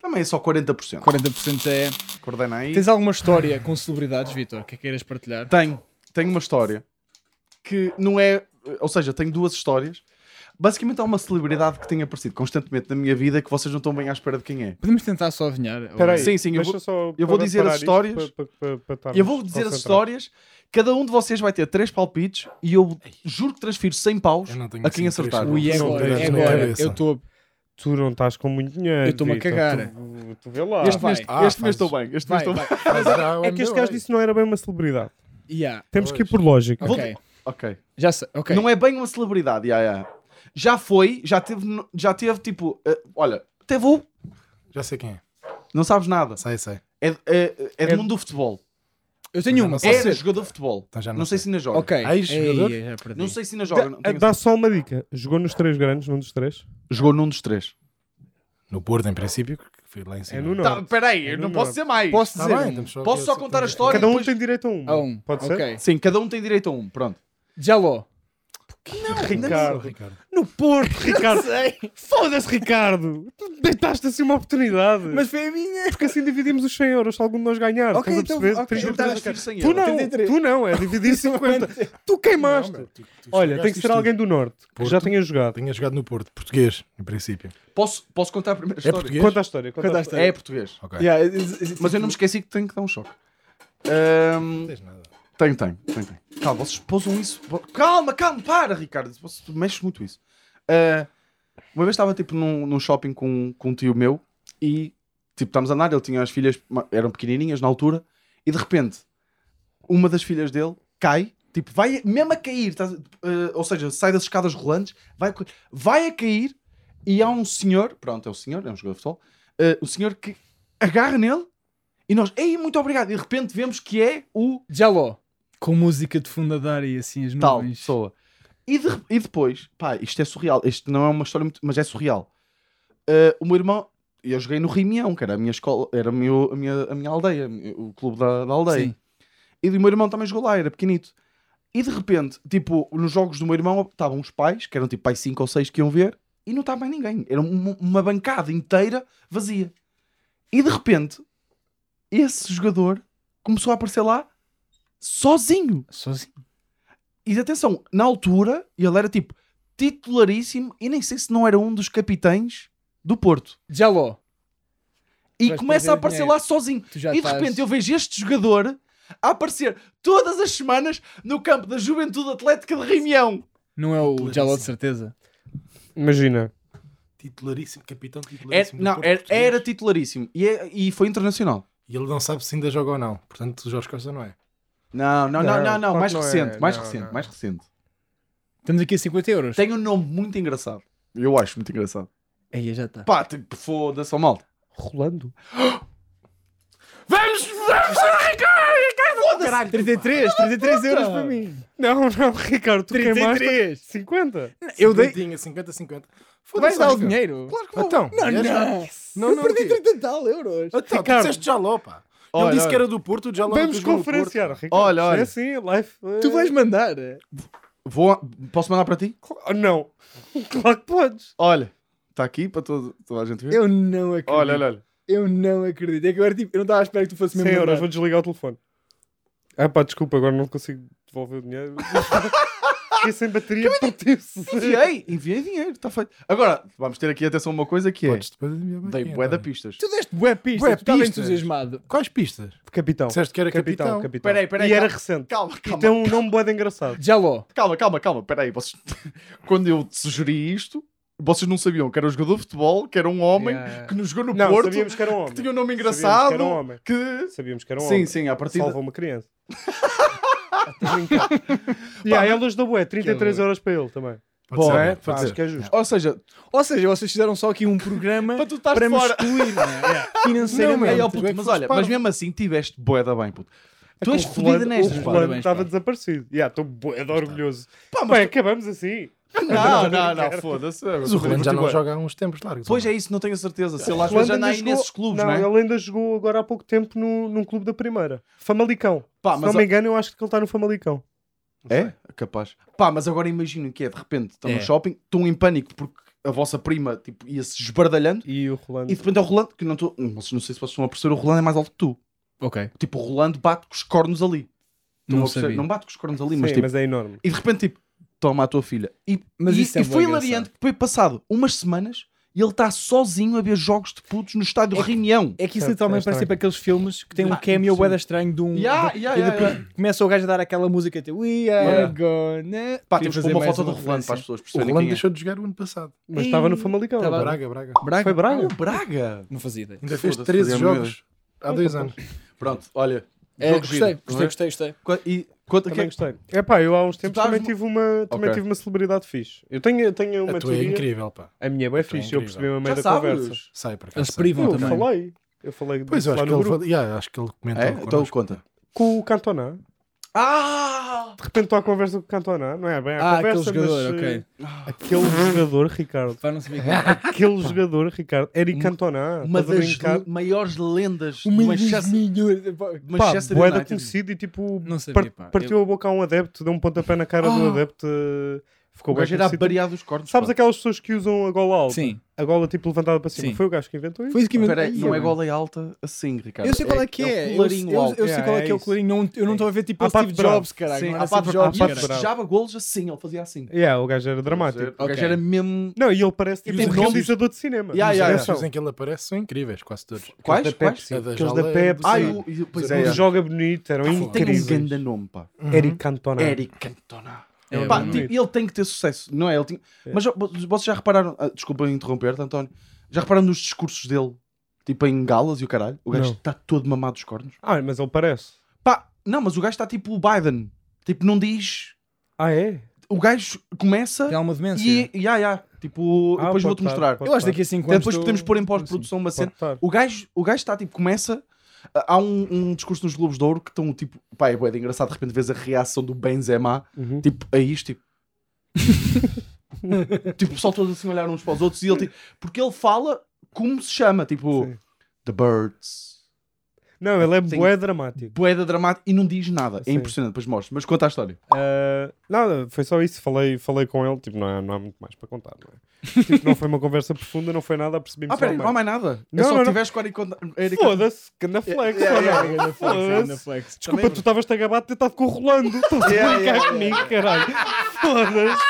D: Também é só 40%.
A: 40% é.
D: Coordena aí.
A: Tens alguma história com celebridades, Vitor, que queiras partilhar?
D: Tenho, tenho uma história que não é. Ou seja, tenho duas histórias. Basicamente há uma celebridade que tem aparecido constantemente na minha vida que vocês não estão bem à espera de quem é.
A: Podemos tentar só adivinhar.
G: Espera aí.
D: Sim, sim, eu
G: deixa
D: vou-
G: só
D: eu vou
G: para-
D: dizer as
G: parar isto
D: histórias.
G: para- para- para- para
D: Eu vou
G: estarmos
D: dizer as
G: concentrados.
D: histórias. Cada um de vocês vai ter três palpites e eu juro que transfiro 100 paus
C: Eu não tenho
D: a quem
C: assim três
D: acertar.
A: Ui, é
C: Não,
A: agora,
C: não,
A: é
C: não,
A: agora.
C: cabeça.
A: Eu estou.
G: Tu não estás com muito dinheiro.
A: Eu estou-me a
G: Vitor,
A: cagar.
G: Tu, tu vê lá.
D: Este
A: vai.
D: mês
C: Ah,
D: este mês
C: fazes.
D: estou bem. Este mês
A: Vai,
D: estou bem.
A: vai.
G: É que este gajo disse que não era bem uma celebridade.
A: Yeah.
G: Temos que ir
C: Pois.
G: por lógica.
D: Vou-
A: Ok.
D: Ok.
A: Já sei. Ok.
D: Não é bem uma celebridade, já, já. já foi, já teve, no- já teve tipo, eh, olha, teve um,
C: Já sei quem é.
D: não sabes nada.
C: Sei, sei.
D: É, é, é do
G: É-
D: mundo do futebol.
A: Eu tenho
C: Mas
A: uma.
C: não sei.
A: Pode
D: Era
A: ser.
D: jogador de futebol.
C: Então já
D: não
C: não
D: sei
C: sei.
D: se ainda joga.
A: Ok.
C: Ex-jogador?
A: Ei, já perdi.
D: Não sei se ainda joga. não
G: Dá,
D: tenho-
G: dá só uma dica. Jogou nos três grandes, num dos três.
D: Jogou num dos três.
C: No Porto, em princípio, que fui lá em cima.
G: É no
D: Tá,
G: norte.
D: peraí, eu
G: Não,
D: não
G: não.
D: posso dizer mais.
A: Posso
C: Tá
A: dizer?
C: bem,
A: um?
C: estamos só
D: Posso
C: aqui
D: só contar a
C: saber.
D: história?
G: Cada um
D: depois-
G: tem direito a um.
A: A um.
G: Pode ser?
A: Ok.
D: Sim, cada um tem direito a um. Pronto.
A: Jaló.
C: Sou o
G: Ricardo.
C: Ricardo.
G: No Porto, Ricardo. Foda-se, Ricardo. Tu deitaste assim uma oportunidade.
A: Mas foi a minha.
G: Porque assim dividimos os 100 euros se algum de nós ganhar.
A: Ok,
G: Estás a
A: então,
G: perceber?
A: ok,
G: 30
A: então
G: euros.
D: transfiro 100
G: Tu
D: euros.
G: não,
A: 33.
G: tu não, é dividir 50. tu queimaste.
C: Tu- tu
G: Olha,
C: estragaste
G: tem que ser
C: tipo, isto
G: alguém do Norte, que
C: Porto.
G: já tenha jogado.
C: Tinha jogado no Porto, português, em princípio.
D: Posso, posso contar a primeira
C: É
D: história?
C: português?
G: Conta a história. Conta a história.
D: É português.
C: Ok.
A: Yeah, is- is- is-
D: Mas eu não me esqueci que tenho que dar um choque. Ahm,
C: Não tens nada.
D: Tenho, tenho, tenho, tenho. Calma, vocês pousam isso. Bo- Calma, calma, para, Ricardo. Você mexes muito isso. Ah, uma vez estava tipo num, num shopping com, com um tio meu e tipo, estávamos a andar, ele tinha as filhas, ma- eram pequenininhas na altura, e de repente uma das filhas dele cai, tipo, vai mesmo a cair, estás a- ah, ou seja, sai das escadas rolantes, vai, a co- vai a cair e há um senhor, pronto, é o senhor, é um jogador de futebol, ah, o senhor que agarra nele e nós, ei, muito obrigado, e de repente vemos que é o
A: Jaló. Com música de fundo a dar e assim as
D: tal
A: nuvens.
D: pessoa. E, de- e depois, pá, isto é surreal. Isto não é uma história muito. Mas é surreal. Ah, o meu irmão. Eu joguei no Rimião, que era a minha escola, era o meu- a, minha, a minha aldeia, o clube da, da aldeia.
A: Sim.
D: E o meu irmão também jogou lá, era pequenito. E de repente, tipo, nos jogos do meu irmão estavam os pais, que eram tipo pais 5 ou 6 que iam ver, e não estava mais ninguém. Era uma, uma bancada inteira vazia. E de repente, esse jogador começou a aparecer lá sozinho.
A: Sozinho.
D: E atenção, na altura ele era tipo titularíssimo e nem sei se não era um dos capitães do Porto.
A: Jaló.
D: E
A: Vais
D: começa a
A: perder
D: aparecer
A: dinheiro.
D: lá sozinho.
A: Tu já
D: e de
A: estás-
D: repente eu vejo este jogador a aparecer todas as semanas no campo da Juventude Atlética de Rimião.
A: Não é o Jaló de certeza.
G: É, Imagina.
C: Titularíssimo, capitão
D: É-
C: titularíssimo. do
D: não,
C: Porto,
D: era,
C: português.
D: era titularíssimo e, é- e foi internacional.
C: E ele não sabe se ainda joga ou não. Portanto, o Jorge Costa não é.
D: Não, não, não,
G: Não,
D: não, não,
G: claro
D: mais
G: que não é.
D: recente, mais
G: Não,
D: recente,
G: não.
D: mais recente.
A: Estamos aqui a 50 euros.
D: Tem um nome muito engraçado. Eu acho muito engraçado.
A: Aí já tá. está.
D: Pá, tipo, foda-se ao malta.
G: Rolando.
D: Vamos, vamos, Ricardo! Ricardo, foda-se!
A: 33, 33 euros para mim.
G: Não, não, Ricardo, tu queimaste
A: 33.
G: 50.
A: Eu dei.
C: 50, 50.
A: Tu vais dar o dinheiro?
C: Claro que vou. Então,
A: Não,
C: és-
A: não. Ah,
C: Não,
A: eu
C: não,
A: perdi
C: o quê?
A: 30 tal euros.
C: Então, tu
G: Ricardo.
C: disseste Jaló, pá. Ele
D: Olha,
C: disse que
D: olha.
C: era do Porto, Então o Jaló
G: Vamos
C: nunca jogou no
G: conferenciar,
C: Porto.
G: Ricardo.
D: Olha, olha.
G: É assim, life.
A: Tu vais mandar.
D: Vou, posso mandar para ti?
G: Não. [laughs] Claro que podes.
D: Olha, Está aqui para todo, toda a gente ver.
A: Eu não acredito.
D: Olha, olha, olha.
A: Eu não acredito. É que agora, tipo, eu não estava à espera que tu fosse
G: 100
A: mesmo.
G: euros, vou
A: mandar.
G: desligar o telefone. Ah pá, desculpa, agora não consigo devolver o dinheiro. [laughs] Fiquei sem bateria, partiu-se.
D: Enviei, enviei dinheiro, está feito. Agora, vamos ter aqui atenção a uma coisa que é.
C: Podes depois enviar para
D: Dei
C: quem,
D: bué da
C: então?
D: pistas.
A: Tu deste bué pista,
C: Bué
A: tu estava
C: pistas.
A: entusiasmado.
C: Quais pistas?
G: Capitão.
C: Disseste que era capitão.
G: capitão.
D: Peraí, peraí,
G: E era
D: calma.
G: recente.
D: Calma,
G: E
D: calma.
G: tem um nome bué de engraçado.
A: Jaló.
D: Calma, calma, calma. Peraí, vocês... [laughs] quando eu te sugeri isto, vocês não sabiam que era um jogador de futebol, que era um homem
A: Yeah.
D: que nos jogou no
G: Não,
D: Porto,
G: sabíamos que era um homem.
D: que tinha um nome
G: Sabíamos que
D: engraçado,
G: era um homem.
D: que...
G: Sabíamos que era um
D: Sim,
G: homem.
D: sim, à partida-
G: Salva uma [laughs] criança. Estou a brincar. E aí elas da bué, 33 euros para ele também.
C: Pode ser,
G: é?
C: pode
G: Pá,
C: ser.
G: Acho que é justo.
D: Ou seja,
A: Ou seja, vocês fizeram só aqui um programa
D: Para tu estares
A: para me
D: fora.
A: excluir, [laughs] não é?
D: Não,
A: Financeiramente.
D: é, ó,
C: tu
D: puto,
C: é que
D: mas
C: foste
D: olha,
C: parvo.
D: mas mesmo assim tiveste boeda bem, puto. Tu
G: O
D: és
G: Rolando-
D: fodida nestas,
G: O
D: pá.
G: Rolando
A: Parabéns,
G: estava
A: pá.
G: desaparecido. Já, estou bué de orgulhoso.
D: Pá, mas
G: Bem, acabamos assim.
D: Não, não, não, foda-se. é,
C: Mas o Rolando já não joga há uns tempos largos.
D: Pois é isso, não tenho a certeza. Se ele às vezes
G: Rolando
D: já
G: ainda
D: anda aí
G: jogou-
D: nesses clubes,
G: não,
D: não, é?
G: ele ainda jogou agora há pouco tempo no, num clube da primeira. Famalicão.
D: Pá,
G: Se
D: Ah, mas
G: não me
D: a-
G: engano, eu acho que ele está no Famalicão.
D: É? Capaz. Pá, mas agora imagino que é, de repente, estão
A: É.
D: no shopping, estão em pânico porque a vossa prima tipo, ia-se esbardalhando
G: E o Rolando.
D: e de repente é o Rolando, que não estou... Não sei se vocês estão a perceber, o Rolando é mais alto que tu.
A: Ok,
D: Tipo, o Rolando bate com os cornos ali. Estão
A: não
D: a perceber?
A: sabia.
D: Não bate com os cornos ali,
G: Sim,
D: mas
G: mas,
D: tipo...
G: é enorme.
D: E de repente, tipo, toma a tua filha. E,
A: Mas
D: e,
A: isso é
D: e
A: bué
D: foi
A: engraçado.
D: hilariante que foi passado umas semanas e ele está sozinho a ver jogos de putos no estádio Reunião.
A: É que isso
G: Certo,
A: literalmente
G: é
A: parece
G: estranho.
A: tipo aqueles filmes que tem um
D: Ah,
A: cameo
D: sim.
A: bué da estranho de um.
D: Ya,
A: de-
D: ya,
A: e
D: ya,
A: depois começa o gajo a dar aquela música tipo We are
D: Yeah.
A: gonna.
D: Pá,
A: Tive
D: temos
A: de
D: que
A: fazer
D: pôr uma
A: mais
D: foto do Rolando
A: referência.
D: para as pessoas
C: O
D: perceberem
C: Rolando
D: quem é.
C: deixou de jogar o ano passado.
G: Mas estava no Famalicão.
A: Tava-
G: agora.
C: Braga, Braga.
A: Braga?
G: Foi Braga.
D: O Braga!
A: Não fazia ideia.
C: Ainda fez
D: Foda-se,
C: 13
D: fazia-me
C: jogos há dois anos.
D: Pronto, olha.
A: É,
D: jogo
A: gostei,
D: giro, não
A: gostei,
D: é?
A: gostei, gostei.
D: Qu- E quanto a
G: Também
D: quem
G: gostei. É pá, eu há uns tempos
D: estás
G: também,
D: no-
G: tive uma, também
D: Ok.
G: tive uma celebridade fixe. Eu tenho, eu tenho uma
C: A tua é
G: teoria.
C: incrível, pá.
G: A minha é bué fixe,
C: incrível.
G: eu percebi uma
D: já
G: meia da conversa.
D: sabes?
C: Sai para cá.
A: Eles privam
G: Eu
A: também.
G: falei. Eu falei
C: Pois
G: disso
C: eu acho
G: lá
C: que,
G: no
C: ele,
G: grupo.
C: fala- yeah, acho que ele comentou.
D: É? Então
C: connosco.
D: conta.
G: Com o Cantona.
D: Ah!
G: De repente estou à conversa com o Cantona. Não é bem à
A: Ah, aquele
G: conversa,
A: jogador,
G: mas,
A: ok.
G: eh, Aquele jogador, Ricardo.
A: Pá, não sabia que era.
G: Aquele jogador, Ricardo. Eric Cantona.
D: Uma
G: Tá, Estás a
D: das
G: brincar.
D: le- maiores lendas do
A: Uma das
D: Manchester,
A: melhores- pá,
D: de
G: Pá,
D: Manchester
G: boeda
D: United.
G: conhecido e tipo...
A: Não sabia,
G: par-
A: pá.
G: Partiu a boca a um adepto. Deu um pontapé na cara do
D: Ah.
G: adepto. eh, Ficou
D: O
G: bem
D: gajo era
G: conhecido.
D: variado os cornos.
G: Sabes
D: pá.
G: aquelas pessoas que usam a gola alta?
A: Sim.
G: A gola tipo levantada para cima.
A: Sim.
G: Foi o gajo que inventou isso?
A: Foi isso que me
D: Espera aí, não é gola alta assim, Ricardo.
A: Eu sei qual é que é.
D: o
A: Eu,
D: colarinho
A: eu-
D: alto.
A: eu sei qual é que é o
G: isso.
A: colarinho. Não, eu não estou a ver tipo
G: À
A: o
G: parte
A: Steve
G: brava.
A: Jobs, caralho.
D: Sim,
A: Não
D: a
A: era
D: parte
A: Steve
D: de jogos,
A: Jobs,
G: à parte
A: caralho.
G: brava.
D: festejava golos assim, ele fazia assim.
G: Yeah, o gajo era dramático.
D: O gajo
A: Ok.
D: era mesmo.
G: Não, e ele parece
D: E
G: tipo
D: tem
G: um
D: nomes.
G: realizador de cinema.
D: Yeah,
C: Os
D: yeah,
G: Atenção.
C: anúncios em que ele aparece são incríveis, quase todos.
D: Quais?
G: Da
D: Quais?
G: Pepsi.
C: É da
G: então. Aqueles da
C: Jala-
G: Pepsi.
D: Ah,
C: Sim.
D: o- e- pois
G: O
D: é. é.
G: joga bonito, eram
D: Ele tem um
G: incríveis. Uhum.
D: grande nome, pá.
G: Eric Cantona.
D: Eric Cantona.
A: É,
D: Pá,
A: bom.
D: tipo, ele tem que ter sucesso, não é? Ele tinha- Mas ó, vocês já repararam, ah, desculpa interromper-te, António, já repararam nos discursos dele, tipo em galas e o caralho? O gajo
G: Não.
D: está todo mamado dos cornos.
G: Ah, mas ele parece.
D: Pá, não, mas o gajo está tipo o Biden, tipo, não diz.
G: Ah, é?
D: O gajo começa
A: Tem alguma demência?
D: e. e ah, yeah, tipo,
G: Ah,
D: depois
G: pode
D: vou-te
G: estar,
D: mostrar.
G: pode
A: Eu acho que
G: estar.
A: daqui a 5
D: Até
A: anos.
D: depois
A: estou-
D: podemos pôr em pós-produção uma cena.
G: Pode estar.
D: O gajo, o gajo está tipo, começa. Há um, um discurso nos Globos de Ouro que estão tipo, pá, é bué de engraçado. De repente vês a reação do Benzema,
G: Uhum.
D: tipo, a isto,
G: [laughs]
D: tipo, tipo, o pessoal todos assim a olhar uns para os outros. E ele, tipo, porque ele fala como se chama, tipo,
G: Sim.
D: The Birds,
G: Não, ele é
D: Sim.
G: bué dramático.
D: boeda dramática e não diz nada. É
G: Sim.
D: impressionante, depois mostro. Mas conta a história.
G: Ah, nada, foi só isso. Falei, falei com ele, tipo, não há, não há muito mais para contar, não é? tipo, não foi uma conversa profunda, não foi nada, percebi-me
D: Ah,
G: só
D: peraí, não há
G: bem.
D: mais nada.
G: Não,
D: é só
G: não, não.
D: tiveste com a Eric- Eric-
G: Foda-se, que anda flex,
A: Yeah,
G: olha.
A: yeah, ganda flex, ganda
G: Foda-se.
A: flex.
G: Desculpa, tu estavas-te a gabar de ter estado com o Rolando. Estás a
D: Yeah,
G: brincar
D: yeah,
G: comigo, caralho. Foda-se.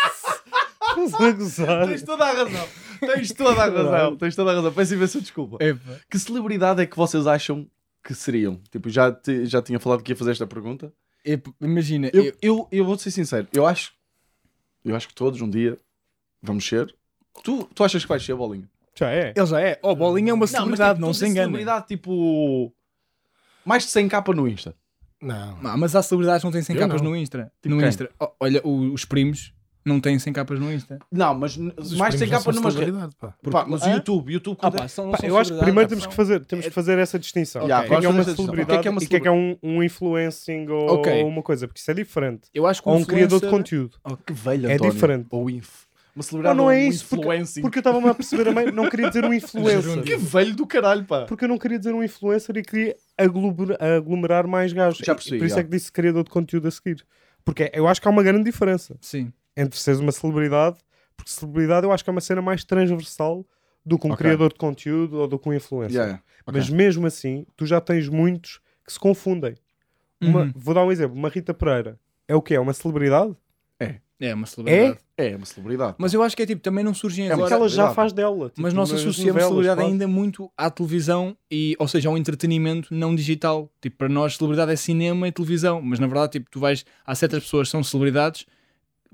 G: Estás a gozar.
D: Tens toda a razão. Tens toda a razão. Tens toda a razão. Peço imensa desculpa.
A: Epa.
D: Que celebridade é que vocês acham que seriam? Tipo, já, te- já tinha falado que ia fazer esta pergunta.
A: Epa, Imagina, eu,
D: Eu, eu, eu vou ser sincero, eu acho, eu acho que todos um dia vamos ser. Tu, tu achas que vais ser a bolinha?
G: Já é.
A: ele já é. Oh, Bolinha é uma celebridade, não,
D: mas,
A: se engane.
D: Celebridade tipo. Mais de 100 capa no Insta.
C: Não.
A: Ah, mas há celebridades que não têm 100
C: Eu
A: capas
C: não.
A: no Insta.
D: Tipo
A: no
D: quem?
A: Insta. Oh, olha, o- os primos não têm 100 capas no Insta.
D: Não, mas n-
C: Os
D: mais de
C: primos não
D: 100 capa
C: são
D: numa rede.
C: celebridade, pá.
D: Pá, mas o
A: Hã?
D: YouTube, YouTube.
A: Ah,
D: quando é-
A: pá, são, não
G: Pá,
A: são
G: eu acho que
A: celebridades,
G: primeiro
A: pá,
G: temos que,
A: são-
G: fazer, temos que fazer essa distinção.
D: Yeah,
G: O que é que
D: vamos
G: é uma
D: fazer essa distinção.
G: celebridade
D: É- O que é que é uma
G: e o que é que é um, um influencing ou,
A: Ok.
G: ou uma coisa, porque isso é diferente.
A: Eu acho que
G: Ou um criador de
A: influencer-
G: conteúdo.
D: Que velha,
G: É
D: António.
G: diferente.
D: Ou inf. Uma
G: Não,
D: celebridade
G: não
D: ou
G: é
D: um
G: isso, porque,
D: influencing.
G: porque eu estava-me a perceber a meio, não queria dizer um
D: Que
G: influencer.
D: velho do caralho, pá.
G: Porque eu não queria dizer um influencer e queria aglomer- aglomerar mais gajos.
D: Já percebi,
G: E Por isso
D: já.
G: é que disse criador de conteúdo a seguir. Porque eu acho que há uma grande diferença
A: Sim.
G: entre seres uma celebridade Porque celebridade eu acho que é uma cena mais transversal do que um
A: Ok.
G: criador de conteúdo ou do que um influencer.
D: Yeah, yeah.
A: Ok.
G: Mas mesmo assim, tu já tens muitos que se confundem. Uma-
A: Uhum.
G: Vou dar um exemplo. Uma Rita Pereira é o quê? É uma celebridade?
A: É uma celebridade.
D: É uma celebridade.
A: Mas eu acho que é tipo, também não surgem
D: É,
A: agora.
D: mas
G: Porque ela já
D: celebridade.
G: faz dela. tipo,
A: mas nós
G: nas
A: associamos
G: novelas,
A: celebridade
G: quase.
A: ainda muito à televisão, e, ou seja, ao entretenimento não digital. Tipo, para nós, celebridade é cinema e televisão, mas na verdade, tipo, tu vais, há certas pessoas que são celebridades,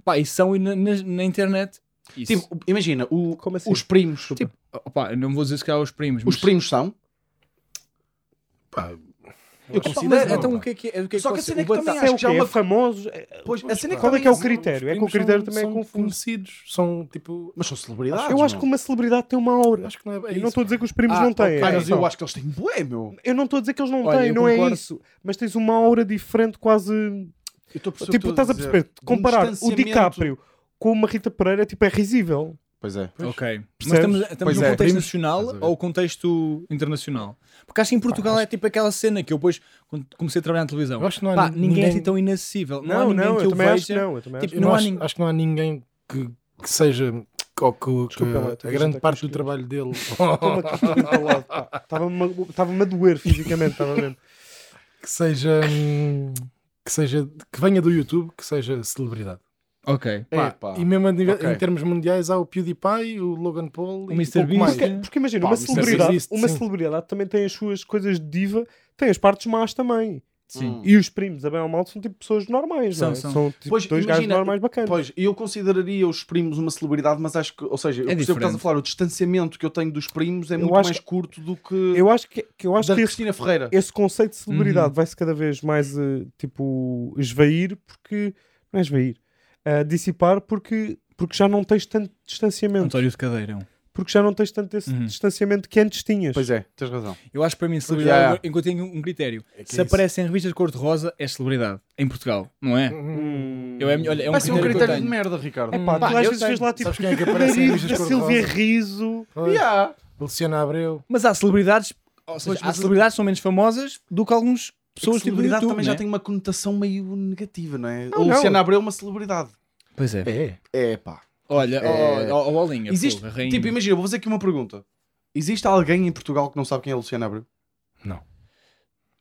A: pá, e são e na, na- na internet. Isso.
D: Tipo, imagina, o-
G: Como assim?
D: os primos.
A: Tipo, opá, eu não vou dizer se calhar os primos,
D: os
A: mas-
D: primos são.
H: Pá,
D: Eu
A: Pá, mas
D: considero.
A: então o que é que é? O que é
D: Só que a
A: você-
D: cena é
A: o
D: que
A: Bata-
D: também
G: Se é
D: acho
G: o
D: que já é
G: quê?
D: uma-
G: É famoso? É-
D: Pois, a cena
G: Qual é
D: também-
G: que é o critério? É que o
H: primos
G: critério
H: são-
G: também é
H: são
G: confuso.
H: conhecidos, são tipo.
D: Mas são celebridades.
G: Eu acho que
D: meu.
G: uma celebridade tem uma aura.
H: Acho que não é bem
G: eu não
H: isso,
G: estou a dizer que os primos
D: Ah,
G: não é, têm.
D: ok, mas
G: atenção.
D: eu acho que eles têm bué, meu.
G: Eu não estou a dizer que eles não
A: Olha,
G: têm,
A: eu
G: não é
A: concordo.
G: isso. Mas tens uma aura diferente, quase.
D: Eu estou a perceber o que
G: tipo, estás a
D: dizer.
G: perceber?
D: De um
G: Comparar o
D: distanciamento.
G: DiCaprio com uma Rita Pereira tipo, é risível.
D: Pois é.
A: Ok, mas
G: Percebes?
A: estamos, estamos
D: Pois
A: no
D: é.
A: contexto
H: Primos,
A: nacional
H: estás a ver.
A: ou contexto internacional? Porque acho que em Portugal é tipo aquela cena que eu depois, quando comecei a trabalhar na televisão,
C: Eu acho que não há
A: pá,
C: nin-
A: ninguém é assim
C: ninguém-
A: tão inacessível. Não, há
G: Não,
A: ninguém
G: não,
A: que
G: eu
A: eu
G: também acho que
A: veja.
G: não. Eu também
A: tipo,
G: acho
C: Eu
A: não
C: não
A: há
C: acho,
A: ninguém.
C: acho que não há ninguém que, que seja. Ou que, que
G: Desculpa, lá, tu
C: a
G: viste
C: grande
G: aqui
C: parte
G: os
C: do
G: quilos.
C: trabalho dele.
G: Estou-me aqui todo entalado, pá. Estava-me a- Estava-me a doer fisicamente, estava mesmo.
C: que seja. hum, Que seja. Que venha do YouTube, que seja celebridade.
A: Ok,
D: Pá,
C: Pá, E mesmo a nível-
D: ok.
C: em termos mundiais há o PewDiePie, o Logan Paul
A: O
C: e
A: Mr.
C: pouco
A: Beast.
C: mais.
G: Porque, porque imagina,
D: Pá,
G: uma,
D: isso
G: celebridade,
C: existe,
G: uma
C: sim.
G: celebridade também tem as suas coisas de diva, tem as partes más também.
D: Hum.
A: Sim.
G: E os primos, a bem ou mal, são tipo pessoas normais,
A: São,
G: não é?
A: são.
G: tipo,
D: Pois,
G: dois
D: imagina,
G: gajos normais bacanas.
D: Pois, eu consideraria os primos uma celebridade, mas acho que, ou seja, eu
A: É
D: percebo o que estás a
A: diferente.
D: falar, o distanciamento que eu tenho dos primos é
G: Eu
D: muito
G: acho
D: mais
G: que-
D: curto do que,
G: Eu acho que, que eu acho
D: da
G: que esse,
D: Cristina Ferreira.
G: esse conceito de
A: Uhum.
G: celebridade vai-se cada vez mais, eh, tipo, esvair, porque... Não é esvair. eh, dissipar, porque, porque já não tens tanto distanciamento.
A: um António de Cadeirão.
G: Porque já não tens tanto esse
A: Uhum.
G: distanciamento que antes tinhas.
D: Pois é, tens razão.
A: Eu acho que para mim, celebridade,
D: yeah.
A: agora, enquanto tenho um critério,
H: que
A: se
H: é isso.
A: aparece em revistas de cor-de-rosa, é celebridade. Em Portugal, não é? Eu, é, olha, é um
D: Vai ser
A: critério que
D: um
A: eu
D: critério de
A: tenho.
D: merda, Ricardo.
G: Pá, tu
D: Pá,
G: às
D: eu
G: vezes
D: tenho.
G: vês lá, tipo,
C: Sabes quem é que
G: o
C: aparece
G: [laughs]
C: em
G: nariz da
C: revistas
G: Silvia
C: cor-de-rosa?
G: Riso...
C: Pois,
D: Yeah.
C: Luciana Abreu.
A: Mas há celebridades, ou seja,
D: Pois,
A: há
D: mas-
A: celebridades que são menos famosas do que alguns pessoas
D: Pessoas
A: tipo do
D: celebridade
A: YouTube,
D: também
A: né?
D: já tem uma conotação meio negativa, não é?
G: é? Não,
D: a
G: não.
D: Luciana Abreu é uma celebridade.
A: Pois é.
C: É.
D: É, pá.
A: Olha,
D: É.
A: ó, ó, ó, Bolinha,
D: Existe,
A: porra, rainha.
D: tipo, imagina, vou fazer aqui uma pergunta. Existe alguém em Portugal que não sabe quem é a Luciana Abreu?
C: Não.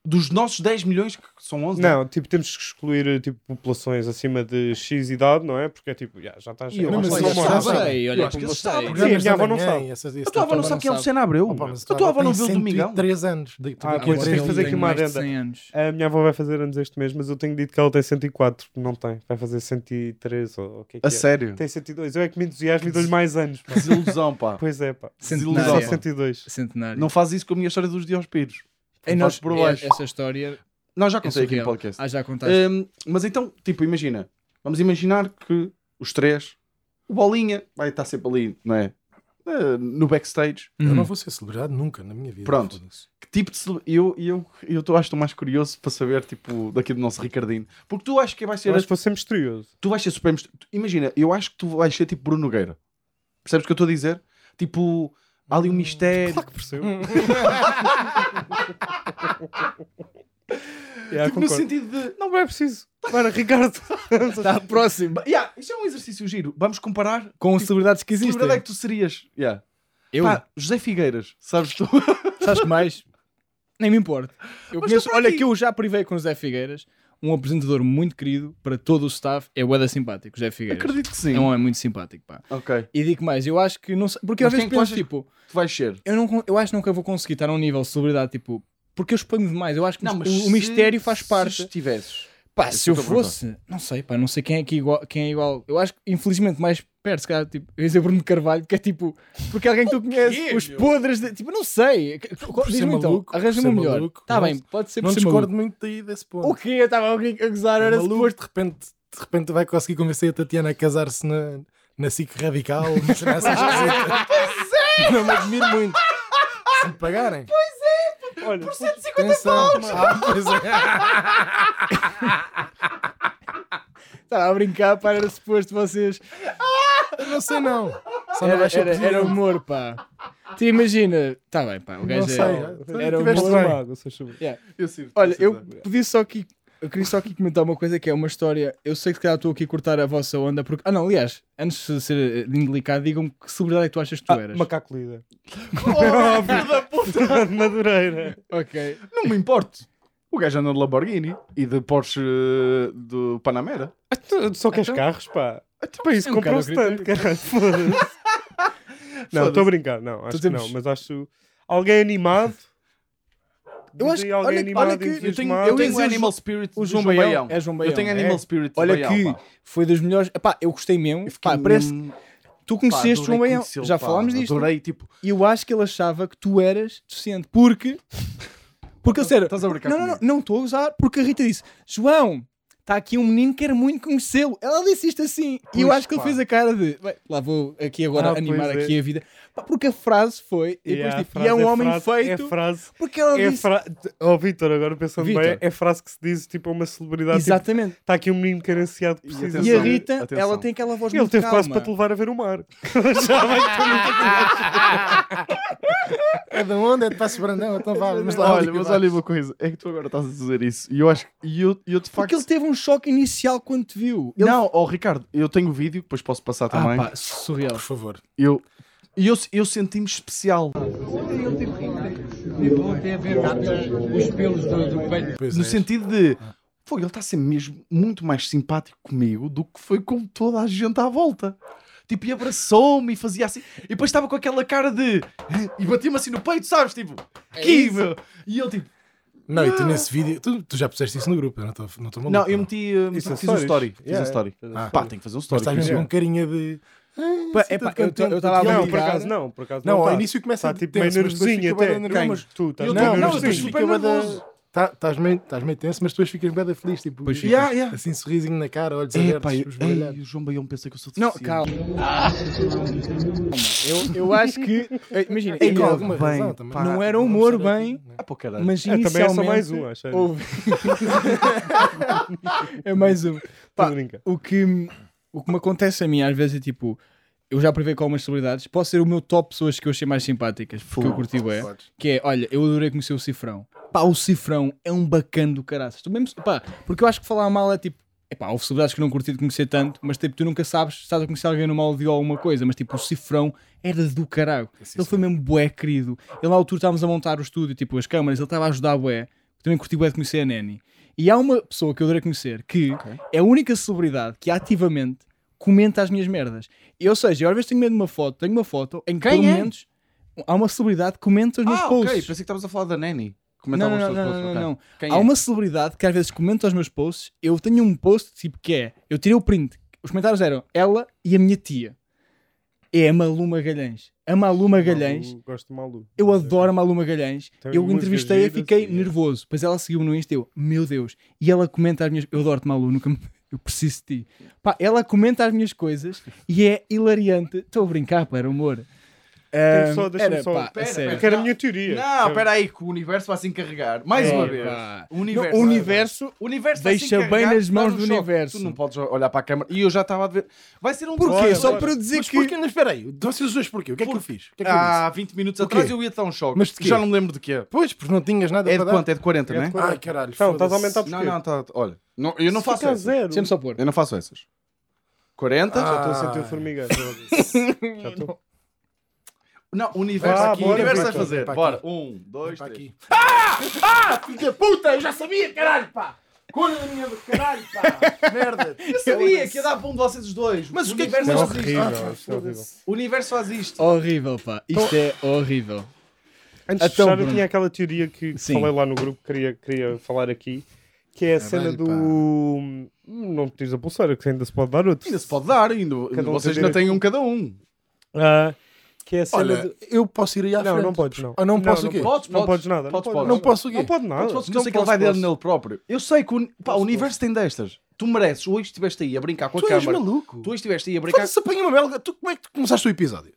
D: Dos nossos 10 milhões, que são 11,
G: Não, tipo, temos que excluir tipo, populações acima de X idade, não é? Porque é tipo, já, já estás.
D: E eu
G: é uma
C: acho que
A: Olha,
G: pessoa
C: eles
G: morta.
A: eu
C: sabem.
A: sei, olha,
D: Eu acho que
A: como
D: eles
A: sei.
D: sabem.
G: Sim, a minha avó não sabe.
D: A tua avó não sabe quem é a Luciana Abreu. a tua avó não viu o Domingão.
C: 3 anos. De,
G: Ah,
A: A avó
C: de-
G: pois, tens de
A: dele
G: fazer aqui
A: tem um
G: uma
A: mais de
G: adenda.
A: 100 anos.
G: A minha avó vai fazer anos este mês, mas eu tenho dito que ela tem 104, não tem. Vai fazer 103 ou ou o que é que
D: A
G: é?
D: sério.
G: Tem 102. Eu é que me entusiasmo e dou-lhe mais anos. pá.
D: Desilusão, pá.
G: pois é, pá. Só
A: Centenária.
G: 102.
A: Centenário.
D: Não faz isso com a minha história dos Diospiros.
A: Ei,
D: faz
A: nós,
D: por baixo.
A: Essa história
D: Não, já
A: é
D: contei aqui no
A: surreal.
D: podcast.
A: Ah, já contaste.
D: Hum, mas então, tipo, imagina. Vamos imaginar que os três, o Bolinha vai estar sempre ali, não é? Eh, No backstage.
C: Eu não
A: Uhum.
C: vou ser celebridade nunca na minha vida.
D: Pronto.
C: foda-se.
D: Que tipo de. cele- Eu, eu, eu tô, acho que estou mais curioso para saber, tipo, daqui do nosso Ricardinho. Porque tu acho que vai ser.
G: Eu acho que vou ser misterioso.
A: [laughs]
D: Tu vais ser super. mist- tu- Imagina, eu acho que tu vais ser tipo Bruno Nogueira. Percebes o que eu estou a dizer? Tipo, há ali um mistério.
G: Claro que percebo.
D: tipo, no
G: yeah,
A: assim,
G: concordo.
D: sentido de.
G: Não é preciso.
A: [laughs]
G: Para, Ricardo.
A: Está Tá próximo.
D: Ba- Yeah, isto é um exercício giro. Vamos comparar.
A: Com celebridades que
D: Que verdade é
A: existem.
D: que tu serias? Yeah.
A: Eu,
D: Pá, José Figueiras, sabes tu?
A: sabes que mais? Nem me importo. Eu
D: Mas
A: conheço,
D: estou por
A: olha
D: aqui.
A: que eu já privei com o Zé Figueiras, um apresentador muito querido para todo o staff, é o Eda Simpático, Zé Figueiras.
D: Acredito que sim.
A: É um homem muito simpático, pá.
D: Ok.
A: E digo mais, eu acho que não sei, porque
D: Mas
A: às vezes
D: quem é
A: penso,
D: que tu achas-
A: tipo,
D: Tu vais ser.
A: eu, não, con- eu acho que nunca vou conseguir estar a um nível de celebridade, tipo, porque eu exponho demais. Eu acho que o, o
D: se-
A: mistério faz parte.
D: Se estivesses.
A: Pá,
D: É
A: se
D: isso
A: eu
D: que eu pergunto.
A: fosse, não sei, pá, não sei quem é, que igual, quem é igual. Eu acho que, infelizmente, mais perto, se calhar, tipo, eu ia dizer Bruno Carvalho, que é tipo, porque é alguém que
C: [laughs]
A: tu conheces, os podres, de- tipo, não sei. Que- que-
C: ser
A: Diz-me então,
C: maluco,
A: arranja-me
C: por ser
A: melhor.
C: maluco,
A: Tá
C: não-
A: bem, pode ser
C: Não
A: por ser
C: discordo
A: maluco.
C: muito daí desse ponto.
A: O quê? Eu estava aqui a gozar, era
C: maluco,
A: suposto.
C: de repente, de repente vai conseguir convencer a Tatiana a casar-se na, na SIC Radical. [laughs] Mas não é essas coisas. Não me admiro
A: [laughs]
C: muito. Se me pagarem.
G: Olha,
C: Atenção. Ah, pois é.
A: Estava a brincar, pá, era suposto vocês.
C: Eu Não sei não. Só não
A: Era,
C: vais ser
A: era, era
C: presidente.
A: humor, pá. Tu imagina, tá bem, pá, o gajo
C: Não
A: é.
C: sei.
A: era
C: Tiveste
A: humor.
C: bem.
G: mago, se achas bem.
D: Eu sirvo.
A: Olha, eu pedi só aqui Eu queria só aqui comentar uma coisa que é uma história. Eu sei que se calhar estou aqui a cortar a vossa onda porque. Ah, não, aliás, antes de ser eh, indelicado, digam-me que celebridade é que tu achas que tu eras. [laughs]
G: Macaco líder.
D: Oh, filho da
G: [laughs]
D: puta!
G: Madureira.
A: Ok.
D: Não me importo. O gajo anda de Lamborghini e de Porsche eh, do Panamera.
G: Ah, tu- Só queres carros, pá. Para
A: é
G: isso
A: Então- um
G: comprou-se
A: bocado
G: tanto, caralho.
A: [laughs]
G: Foda-se. Não, estou a brincar. Não, acho que
A: temos-
G: não. Mas acho... Alguém animado.
A: Eu acho-
G: Dizem alguém
A: olha-
G: animado,
A: olha que eu
D: Eu tenho,
G: entusiasmado.
D: eu tenho
A: o
D: Animal Spirit
A: o
D: do
A: João
D: João
A: Baião.
D: Baião.
A: É João
D: Eu tenho
A: Baião,
D: Animal
A: é.
D: Spirit do
A: Olha
D: Baião.
A: que
D: pá.
A: foi das melhores. Epá, eu gostei mesmo. Pá,
D: Fiquei-
A: parece.
D: Hum, pá,
A: Tu conheceste o
D: adorei
A: João Baião.
D: conhecê-lo,
A: Já
D: pá.
A: falámos disto.
D: Adorei, tipo...
A: E eu acho que ele achava que tu eras deficiente. Porque.
D: [laughs]
A: Porque ele era.
D: Estás a brincar
A: Não, não, não, não estou a usar. Porque a Rita disse: João, está aqui um menino que quer muito conhecê-lo. Ela disse isto assim. e eu
G: Pois,
A: acho que ele
G: pá.
A: fez a cara de. "Bem, lá vou aqui agora
G: Ah, pois
A: animar
G: é.
A: aqui a vida. Pá, porque a frase foi. E,
G: E
A: depois,
G: a
A: tipo,
G: frase
A: e é um homem
G: frase-
A: feito.
G: É frase...
A: porque ela
G: É
A: disse.
G: fra... Oh, Vitor, agora pensando
A: Vítor.
G: bem, é frase que se diz tipo a uma celebridade. Está
A: Exatamente.
G: aqui um menino carenciado que precisa.
A: E a
D: Atenção,
G: de-
A: Rita,
D: atenção.
A: ela tem aquela voz
G: Ele
A: muito
G: teve
A: calma.
G: quase para te levar a ver o mar. Já vai que tu nunca
C: É de onde? É de Passo Brandão? Então vá, vamos lá.
D: Olha, mas olha uma coisa. É que tu agora estás a dizer isso. E eu acho... E eu, e eu de facto...
A: Porque ele teve um choque inicial quando te viu. Ele...
D: Não, oh, Ricardo, eu tenho o vídeo, depois posso passar
A: Ah,
D: também.
A: pá, surreal.
C: Por favor.
D: Eu, eu, eu senti-me especial.
I: É bom até ver os pelos do, do peito.
C: Pois
D: no
C: é.
D: sentido de. Fogo, ele está a ser mesmo muito mais simpático comigo do que foi com toda a gente à volta. Tipo, e abraçou-me e fazia assim. E depois estava com aquela cara de. E batia-me assim no peito, sabes? Tipo,
A: É
D: aqui, meu. E eu, tipo.
C: Não, e tu nesse vídeo, tu, tu já puseste isso no grupo, eu não estou não estou maluco.
D: Não, eu meti. hum,
G: Isso é
D: fiz um story.
G: stories.
D: Fiz
G: Yeah,
D: um story.
C: yeah.
D: Pá, tenho que fazer um
C: Mas
D: story.
C: estás mesmo com carinha de. Ah,
A: Pá, é pá, eu eu estava a
G: Não, por
A: brincar.
G: acaso não, por acaso
C: Não,
G: não.
C: ao
G: tá.
C: início começa
G: Tá,
C: a
G: tipo meio
C: tenso, mas depois
G: nervosinho
C: fica bué
G: até.
C: nervoso.
G: Quem?
C: Mas-
G: Tu estás
D: Eu
G: meio
C: Não,
D: também,
C: não,
D: mas
C: depois
G: nervosinho.
D: fiquei
C: fica bué da-
D: nervoso.
C: tá- Estás meio, estás meio tenso, mas depois ficas bué da feliz, tipo,
A: Pois
C: yeah,
D: Yeah, yeah.
C: assim sorrisinho na cara, olhos
D: É, pá,
C: abertos,
D: eu-
C: esbugalhados.
D: ei, o João Baião pensa que eu sou
A: um Não,
D: deficiente.
A: calma. Eu, eu acho que. eh, Imagina,
C: E
A: eu-
C: com alguma
D: bem,
C: razão também. é
D: pá,
A: não era humor bem,
D: Ah, pô, caralho.
A: mas
G: É,
A: inicialmente.
G: também é só mais um, acho. Estou
A: houve- [laughs] é mais um.
G: a
A: pá,
G: brincar.
A: O que, o que me acontece a mim às vezes é tipo. Eu já provei com algumas celebridades, posso ser o meu top pessoas que eu achei mais simpáticas, porque eu curti bem. Que é, olha, eu adorei conhecer o Cifrão. Pá, o Cifrão é um bacana do caraças. Tu mesmo, pá, porque eu acho que falar mal é tipo. Epá, houve celebridades que eu não curti de conhecer tanto, mas tipo, tu nunca sabes se estás a conhecer alguém numa áudio ou alguma coisa, mas tipo, o Cifrão era do caralho. ele foi mesmo bué querido. Ele na altura estávamos a montar o estúdio, tipo, as câmaras, ele estava a ajudar bué. Também curti bué de conhecer a Neni. E há uma pessoa que eu adorei conhecer que é a única celebridade que ativamente comenta as minhas merdas. E, ou seja, eu às vezes tenho medo de uma foto, tenho uma foto em que por
D: Quem é?
A: momentos há uma celebridade que comenta os meus
D: Ah, ok.
A: posts.
D: Pensei que estavas a falar da Nani.
A: Não,
D: Comentava
A: não,
D: os
A: não,
D: teus
A: não,
D: posts,
A: não,
D: ok.
A: não.
D: Quem
A: Há
D: é?
A: uma celebridade que às vezes comenta os meus posts. Eu tenho um post tipo que é: eu tirei o print, os comentários eram ela e a minha tia. É a Malu Magalhães. A Malu Magalhães,
G: Malu, Gosto de Malu.
A: eu adoro a Malu Magalhães.
G: Tem
A: eu
G: músicas
A: entrevistei-a,
G: giras
A: fiquei
G: e-
A: nervoso. Pois ela seguiu no Insta, eu, meu Deus. E ela comenta as minhas. Eu adoro-te, Malu, nunca me- [laughs] Eu preciso de ti. Pá, ela comenta as minhas coisas e é hilariante. Estou a brincar, pá, era humor.
G: Tem só-
A: Ahm,
G: deixa-me
A: era,
G: só-
A: pá, a
D: Pera,
A: sério.
G: É que era a minha teoria.
D: Não,
G: Eu-
D: espera aí, que o universo vai se encarregar. Mais
A: É,
D: uma vez.
A: pá.
D: O universo.
A: Não, o universo
D: O universo tá vai se
A: Deixa
D: encarregar
A: bem nas
D: de dar
A: mãos
D: um
A: do
D: choque.
A: universo.
D: Tu não podes olhar para a câmara. E eu já estava a ver. Vai ser um
A: Porquê?
D: choque.
A: Só
G: Agora-
A: para eu dizer
C: Mas
A: que.
C: porquê? Mas espera aí, vocês os dois porquê? O que é que eu fiz? O que é que eu disse?
D: Há 20 minutos
C: O
D: atrás
C: quê?
D: eu ia dar um choque.
C: Mas de quê?
D: já não me lembro de quê.
C: Pois, porque não tinhas nada
D: É de
C: para
D: quanto?
C: dar.
D: É de 40,
G: É
D: né?
G: de quanto?
C: Ai, caralho.
G: Então, estás a
C: foda-se.
G: aumentar
D: Não,
G: porquê?
D: não, tá. Olha, não, eu não
G: Se
D: faço
G: fica a
D: essas.
G: zero.
A: Deixa-me só pôr.
D: Eu não faço essas. 40?
C: Ah.
G: Já estou a sentir o formigueiro. Já estou.
D: Não, o universo
G: Vá,
D: aqui. O
G: bora,
D: universo vai
G: Vitor.
D: fazer.
C: Vem para
D: Bora.
C: aqui.
D: Um, dois,
C: Está
D: três.
C: aqui. Ah! Ah! Filho da puta! Eu já sabia, caralho, pá! Cor da minha... Caralho, pá! Merda!
D: Eu sabia que ia dar para um de vocês os dois.
C: Mas o que é que
D: universo
C: fizeste?
D: faz isto?
G: Horrível, isto é horrível.
D: O universo faz isto.
A: Horrível, pá. Isto é horrível.
G: Antes de
A: Então,
G: fechar, eu
A: Bruno.
G: tinha aquela teoria que que
A: Sim.
G: falei lá no grupo, queria, queria falar aqui, que é a cena do.
C: pá.
G: Não precisas a pulseira, que ainda se pode dar outro.
D: Ainda se pode dar, ainda.
G: Cada um
D: Vocês
G: tem
D: ainda
G: direito.
D: têm um cada um.
G: Ah, que é a cena
C: Olha,
G: do.
C: eu posso ir aí à
G: Não,
C: frente.
G: não podes, não.
C: Ah, não posso o quê?
D: Podes,
G: Não
D: podes.
G: podes nada.
D: Podes,
G: não
C: Não
D: podes.
C: posso o quê?
G: Não pode
D: Podes,
G: nada.
D: eu Ah, sei que
C: Não
D: ele vai
C: posso,
D: dele nele próprio. Eu sei que o, pá, o universo tem destas. Tu mereces. Hoje estiveste aí a brincar com a
C: Tu és
D: câmara.
C: maluco!
D: Tu hoje estiveste aí a brincar.
C: Foda-se, apanha uma belga. Tu, como é que tu começaste o episódio?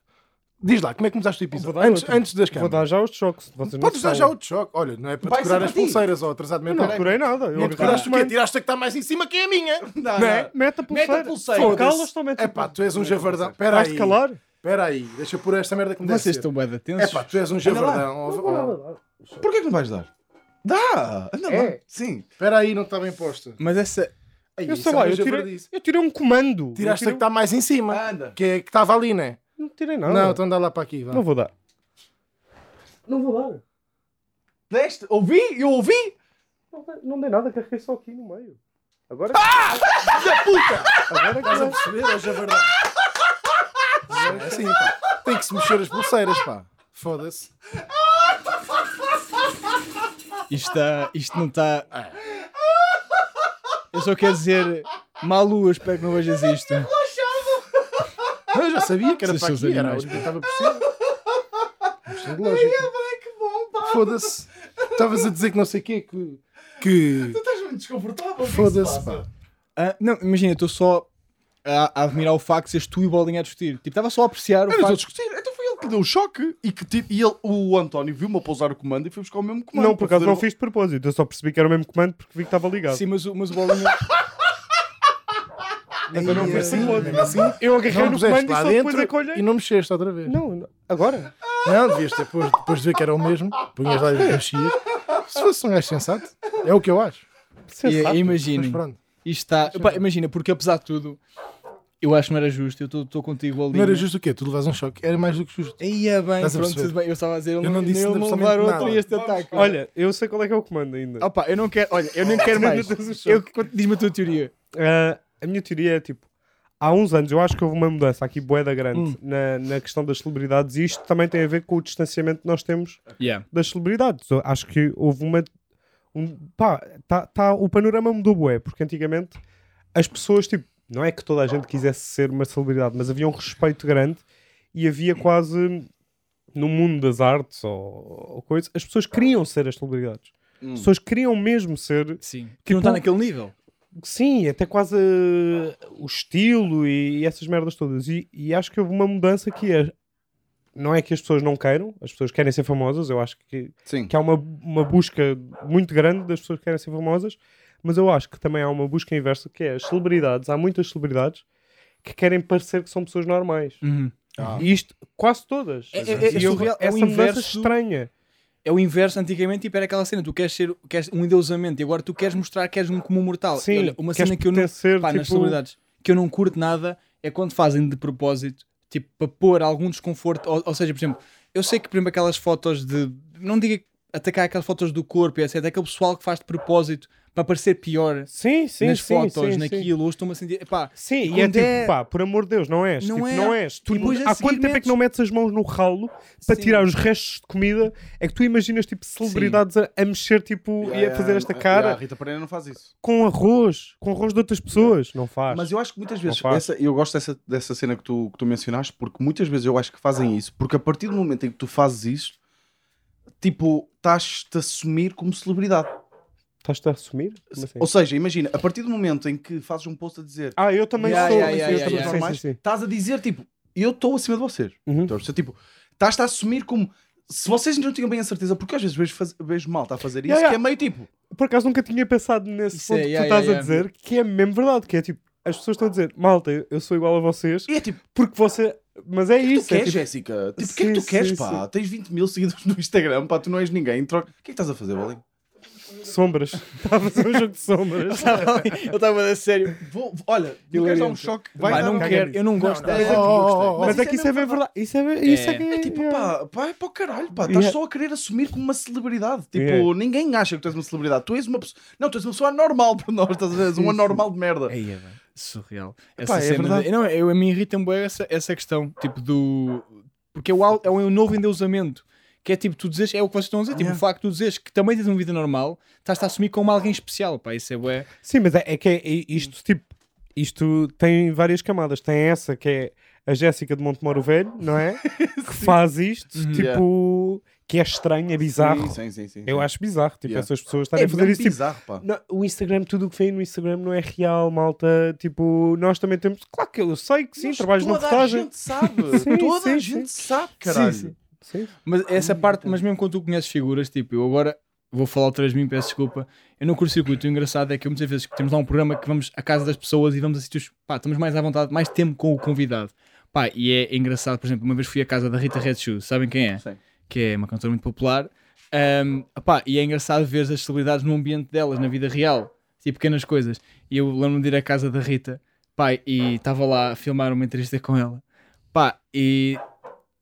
C: Diz lá, como é que começaste o
G: Vou
C: episódio?
G: dar
C: Antes,
G: outro.
C: antes das
G: Vou dar
C: câmaras.
G: já os choques. Vocês não
C: Podes dar
G: sabem.
C: já outro choque. Olha, não é para
D: Vai ser
C: decorar
D: para
C: as
D: ti.
C: pulseiras ou atrasado
G: Eu não
C: mental.
G: decorei nada. Eu
C: Não decoraste o quê? Tiraste a que está mais em cima que é a [laughs] minha.
D: Não,
G: Não é? Mete a pulseira.
D: Mete a pulseira.
G: Ou calas ou mete a
C: É pá, tu és um javardão. Espera
G: Vais-te
C: aí.
G: calar?
C: Espera aí. Deixa eu pôr esta merda que me deve
A: Vocês
C: ser.
A: estão bem
C: É
A: atentos.
C: pá, tu és um javardão. ó, ó.
D: Porquê que não vais dar? Dá! Anda
G: É.
D: lá. Sim.
C: Espera aí, não está bem posta.
A: Mas essa.
D: Ai,
G: Eu
D: isso
G: sei
D: é
G: lá,
D: uma
G: eu tirei,
D: javardice.
G: eu tirei um comando.
C: Tiraste
G: Eu
C: a que
G: tirei-
C: está mais em cima.
D: Anda.
C: Que é que estava ali, né?
G: Não tirei
C: Não,
G: nada.
C: não
G: Ah. Não,
C: então dá lá para aqui. Vá.
G: vou dar.
D: Deste? Ouvi? Eu ouvi?
G: Não, dei- não dei nada, carreguei só aqui no meio. Agora. Agora
C: Estás a
G: que
C: perceber? Hoje é verdade. É assim, pá. Tem que se mexer as pulseiras, pá. Foda-se.
A: Isto, está- isto não está. Eu só quero dizer. Malu, eu espero que não vejas isto.
C: Ah, Eu já sabia que era
A: Vocês
C: para
A: são
C: aqui, era a
A: animais,
C: única que estava por cima. Isto é de lógica.
D: Que bom, pá.
C: Foda-se. Estavas a dizer que não sei o quê, que... que...
D: Estás muito desconfortável.
C: Foda-se, pá.
A: Ah, não, imagina, eu estou só a, a admirar o facto de seres tu e o Bolinha a discutir. Tipo, estava só a apreciar o
C: É,
D: Eu estou a
A: facto.
C: um
D: discutir. Então foi ele que deu o choque e que tipo, e ele, o António viu-me a pousar o comando e foi buscar o mesmo comando.
G: Não, por
D: para
G: acaso não
D: fazer
G: fiz de propósito. Eu só percebi que era o mesmo comando porque vi que estava ligado.
A: Sim, mas, o- mas o
C: [laughs]
A: Bolinha.
G: Então não foi sem comando.
C: Mesmo assim,
G: Eu agarrei
C: não
G: no
C: puseste
G: comando e
C: lá
G: só depois é que
C: dentro
G: olhei.
C: e não mexeste outra vez.
G: Não, não. agora?
C: Não, devias ter posto, depois de ver que era o mesmo, punhas lá e mexias. Se fosse um gajo sensato, é o que eu acho.
A: e-
G: Sensato.
A: e
C: Mas
A: Imaginem.
C: pronto.
A: Isto está. Pá, imagina, porque apesar de tudo, eu acho que não era justo. Eu estou contigo, Bolinha.
C: Não era justo o quê? Tu levas um choque. Era mais do que justo.
A: Aí é bem,
C: Estás a
A: pronto,
C: perceber?
A: tudo bem. Eu estava a dizer, ele
C: Eu
A: não
C: não disse
A: ele não
C: absolutamente
A: levar outro
C: nada.
A: a este ataque.
G: Olha, eu sei qual é que é o comando ainda.
A: Opa, eu não quero, olha,
C: [laughs]
A: eu nem quero mais. Eu- Diz-me a tua teoria.
G: Ah, a minha teoria é tipo. Há uns anos eu acho que houve uma mudança aqui boeda grande na, na questão das celebridades e isto também tem a ver com o distanciamento que nós temos das celebridades. Eu Acho que houve uma. Um, pá, tá, tá, o panorama mudou bué, porque antigamente as pessoas, tipo, não é que toda a gente quisesse ser uma celebridade, mas havia um respeito grande e havia quase no mundo das artes ou, ou coisa, as pessoas queriam ser as celebridades.
A: Hum.
G: As pessoas queriam mesmo ser
A: Sim. Que
G: Tipo-
A: não está naquele nível.
G: Sim, até quase uh, o estilo e, e essas merdas todas. E, e acho que houve uma mudança que é. Não é que as pessoas não queiram, as pessoas querem ser famosas. Eu acho que,
D: Sim.
G: que há uma, uma busca muito grande das pessoas que querem ser famosas, mas eu acho que também há uma busca inversa que é as celebridades. Há muitas celebridades que querem parecer que são pessoas normais. E isto, quase todas.
A: É- é- é
G: E eu-
A: surreal, é o
G: essa mudança
A: inverso do-
G: estranha.
A: É o inverso, antigamente, tipo, era aquela cena, tu queres ser queres um endeusamento e agora tu queres mostrar que és um comum mortal. E
G: Sim,
A: olha, uma
G: queres
A: cena que eu não,
G: pertencer,
A: pá, nas
G: tipo-
A: celebridades, que eu não curto nada é quando fazem de propósito, tipo, para pôr algum desconforto, ou, ou seja, por exemplo, eu sei que, por exemplo, aquelas fotos de, não diga atacar aquelas fotos do corpo e etc, é aquele pessoal que faz de propósito para parecer pior
G: Sim, sim,
A: nas
G: sim,
A: fotos,
G: sim, sim.
A: naquilo, hoje estou-me a sentir, pá,
G: Sim, e é
A: Quando
G: tipo,
A: é-
G: pá, por amor de Deus, não és.
A: Não
G: Tipo,
A: é.
G: não és. Tu,
A: E depois a
G: há
A: seguir
G: quanto tempo é
A: metes-
G: que não metes as mãos no ralo para
A: Sim.
G: tirar os restos de comida? É que tu imaginas, tipo, celebridades a, a mexer, tipo,
D: o-
G: e a
A: É,
G: fazer esta
D: Ah,
G: cara
D: ah, A Rita Pereira não faz isso.
G: com arroz, com arroz de outras pessoas. Não faz.
D: Mas eu acho que muitas vezes,
G: faz.
D: essa- eu gosto dessa, dessa cena que tu, que tu mencionaste, porque muitas vezes eu acho que fazem isso, porque a partir do momento em que tu fazes isso, tipo, estás-te a assumir como celebridade.
G: Estás-te a assumir? Como assim?
D: Ou seja, imagina, a partir do momento em que fazes um post a dizer
G: Ah, eu também
A: Yeah,
G: sou.
A: yeah,
G: eu
A: yeah,
G: também-
A: yeah,
G: sim,
D: yeah.
G: sim, sim.
D: estás a dizer tipo, eu estou acima de vocês.
G: Uhum.
D: Estás a perceber? Tipo, estás-te a assumir como. Se vocês não tinham bem a certeza, porque às vezes vejo, faz- vejo malta a fazer isso,
G: Yeah, yeah.
D: que é meio tipo.
G: Por acaso nunca tinha pensado nesse
A: Isso é,
G: ponto que tu
A: yeah,
G: estás
A: yeah,
G: a
A: yeah.
G: dizer, que é mesmo verdade, que é tipo, as pessoas estão a dizer, malta, eu- eu sou igual a vocês,
D: E é tipo,
G: porque você... Mas é
D: tu
G: isso. é
D: queres,
G: tipo-
D: Jéssica? Tipo, o que é que tu
G: Sim,
D: queres,
G: sim,
D: pá? Tens 20 mil seguidores no Instagram, pá, tu não és ninguém. Troca... O que é que estás a fazer, Bolinho?
G: tipo, Sombras. [laughs] Estava a fazer um jogo de sombras.
A: [laughs] eu estava a sério,
D: Vou, vou- olha,
A: Eu
D: não queres dar um
A: lembro.
D: choque?
A: Vai,
D: dar
A: não
D: um-
G: caga
A: quero,
G: nisso.
A: eu não gosto
C: não,
A: dessa
C: não.
A: que eu gostei.
C: Oh, oh, oh.
G: Mas,
D: Mas
G: é
D: isso
G: que
D: é
G: isso é bem verdade. Isso é, bem- isso é,
A: É.
G: que é,
D: É tipo,
G: yeah.
D: pá, pá, é para o caralho, pá. Estás
G: Yeah.
D: só a querer assumir como uma celebridade. Tipo,
G: Yeah.
D: ninguém acha que tu és uma celebridade. Tu és uma pessoa. Não, tu és uma pessoa anormal para nós, estás a ver? És um anormal de merda.
A: Aí é bem. Surreal. Essa
D: Epá, é
A: cena.
D: verdade.
A: de- Não, eu, a mim irrita-me bem essa, essa questão, tipo, do. Porque é o, au- é um novo endeusamento. Que é tipo, tu dizes, é o que vocês estão a dizer, tipo,
D: Yeah.
A: o facto de tu dizes que também tens uma vida normal, estás-te a assumir como alguém especial, pá, isso é bué.
G: Sim, mas é, é que é- é isto, tipo, isto tem várias camadas. Tem essa que é a Jéssica de
D: Ah.
G: Montemoro Velho, não
D: [laughs]
G: é? que faz isto, tipo, que é estranho, é bizarro.
D: Uhum. Sim, sim, sim.
G: Eu acho bizarro, tipo,
D: Yeah. É
G: essas pessoas estarem a fazer isso, tipo,
D: bizarro, pá.
G: Não, o Instagram, tudo o que vem no Instagram não é real, malta. Tipo, nós também temos. Claro que eu sei que sim,
D: Mas
G: trabalho numa
D: toda a
G: reportagem.
D: gente sabe.
G: [laughs] Sim,
D: toda
G: sim,
D: a
G: sim.
D: gente sabe, caralho.
G: Sim, sim.
A: Mas essa parte, mas mesmo quando tu conheces figuras, tipo, eu agora vou falar outra vez de mim, peço desculpa, eu no curto-circuito, o engraçado é que eu muitas vezes temos lá um programa que vamos à casa das pessoas e vamos a sítios, pá, estamos mais à vontade, mais tempo com o convidado. Pá, e é engraçado, por exemplo, uma vez fui à casa da Rita Red Shoe, sabem quem é?
D: Sim.
A: Que é uma cantora muito popular, Ahm, opá, e é engraçado ver as celebridades no ambiente delas, na vida real, assim, pequenas coisas. E eu lembro-me de ir à casa da Rita, pá, e estava lá a filmar uma entrevista com ela, pá, e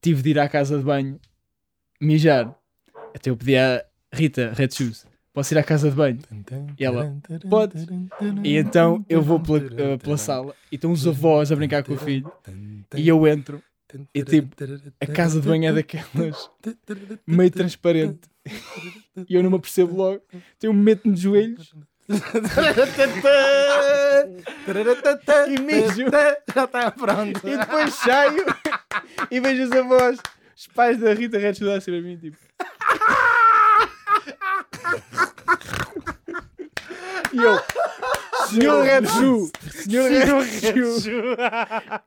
A: tive de ir à casa de banho mijar. Até eu pedi à Rita, Red Shoes, posso ir à casa de banho? E ela, "Pode." E então eu vou pela, eh, pela sala e estão os avós a brincar com o filho, e eu entro, e tipo, a casa de banho é daquelas meio transparente. E eu não me percebo logo. Então eu meto-me de joelhos. e mijo.
C: Já está pronto.
A: E depois saio e vejo os avós. Os pais da Rita Red Shoes a ser a mim, tipo. E eu, Senhor Red Shoe, Senhor Red Shoe,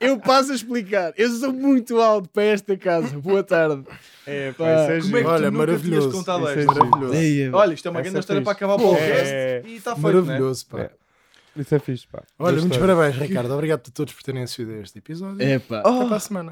A: eu passo a explicar. Eu sou muito alto para esta casa. Boa tarde.
G: É,
A: Pá,
G: pá, isso é giro.
C: Olha,
D: tu nunca tinhas
C: maravilhoso.
D: contado
C: Isso é
D: esta?
C: maravilhoso.
D: Olha, isto é uma
G: Essa
D: grande
G: é
D: história
G: fixe.
D: para acabar o podcast
G: É.
D: e está feito, né?
C: Maravilhoso, pá.
G: É. [laughs] Isso é fixe, pá.
C: Olha,
G: Boa
C: muitos
G: história.
C: parabéns, Ricardo. Obrigado a todos por terem assistido a este episódio.
A: Epá.
C: Até para a semana.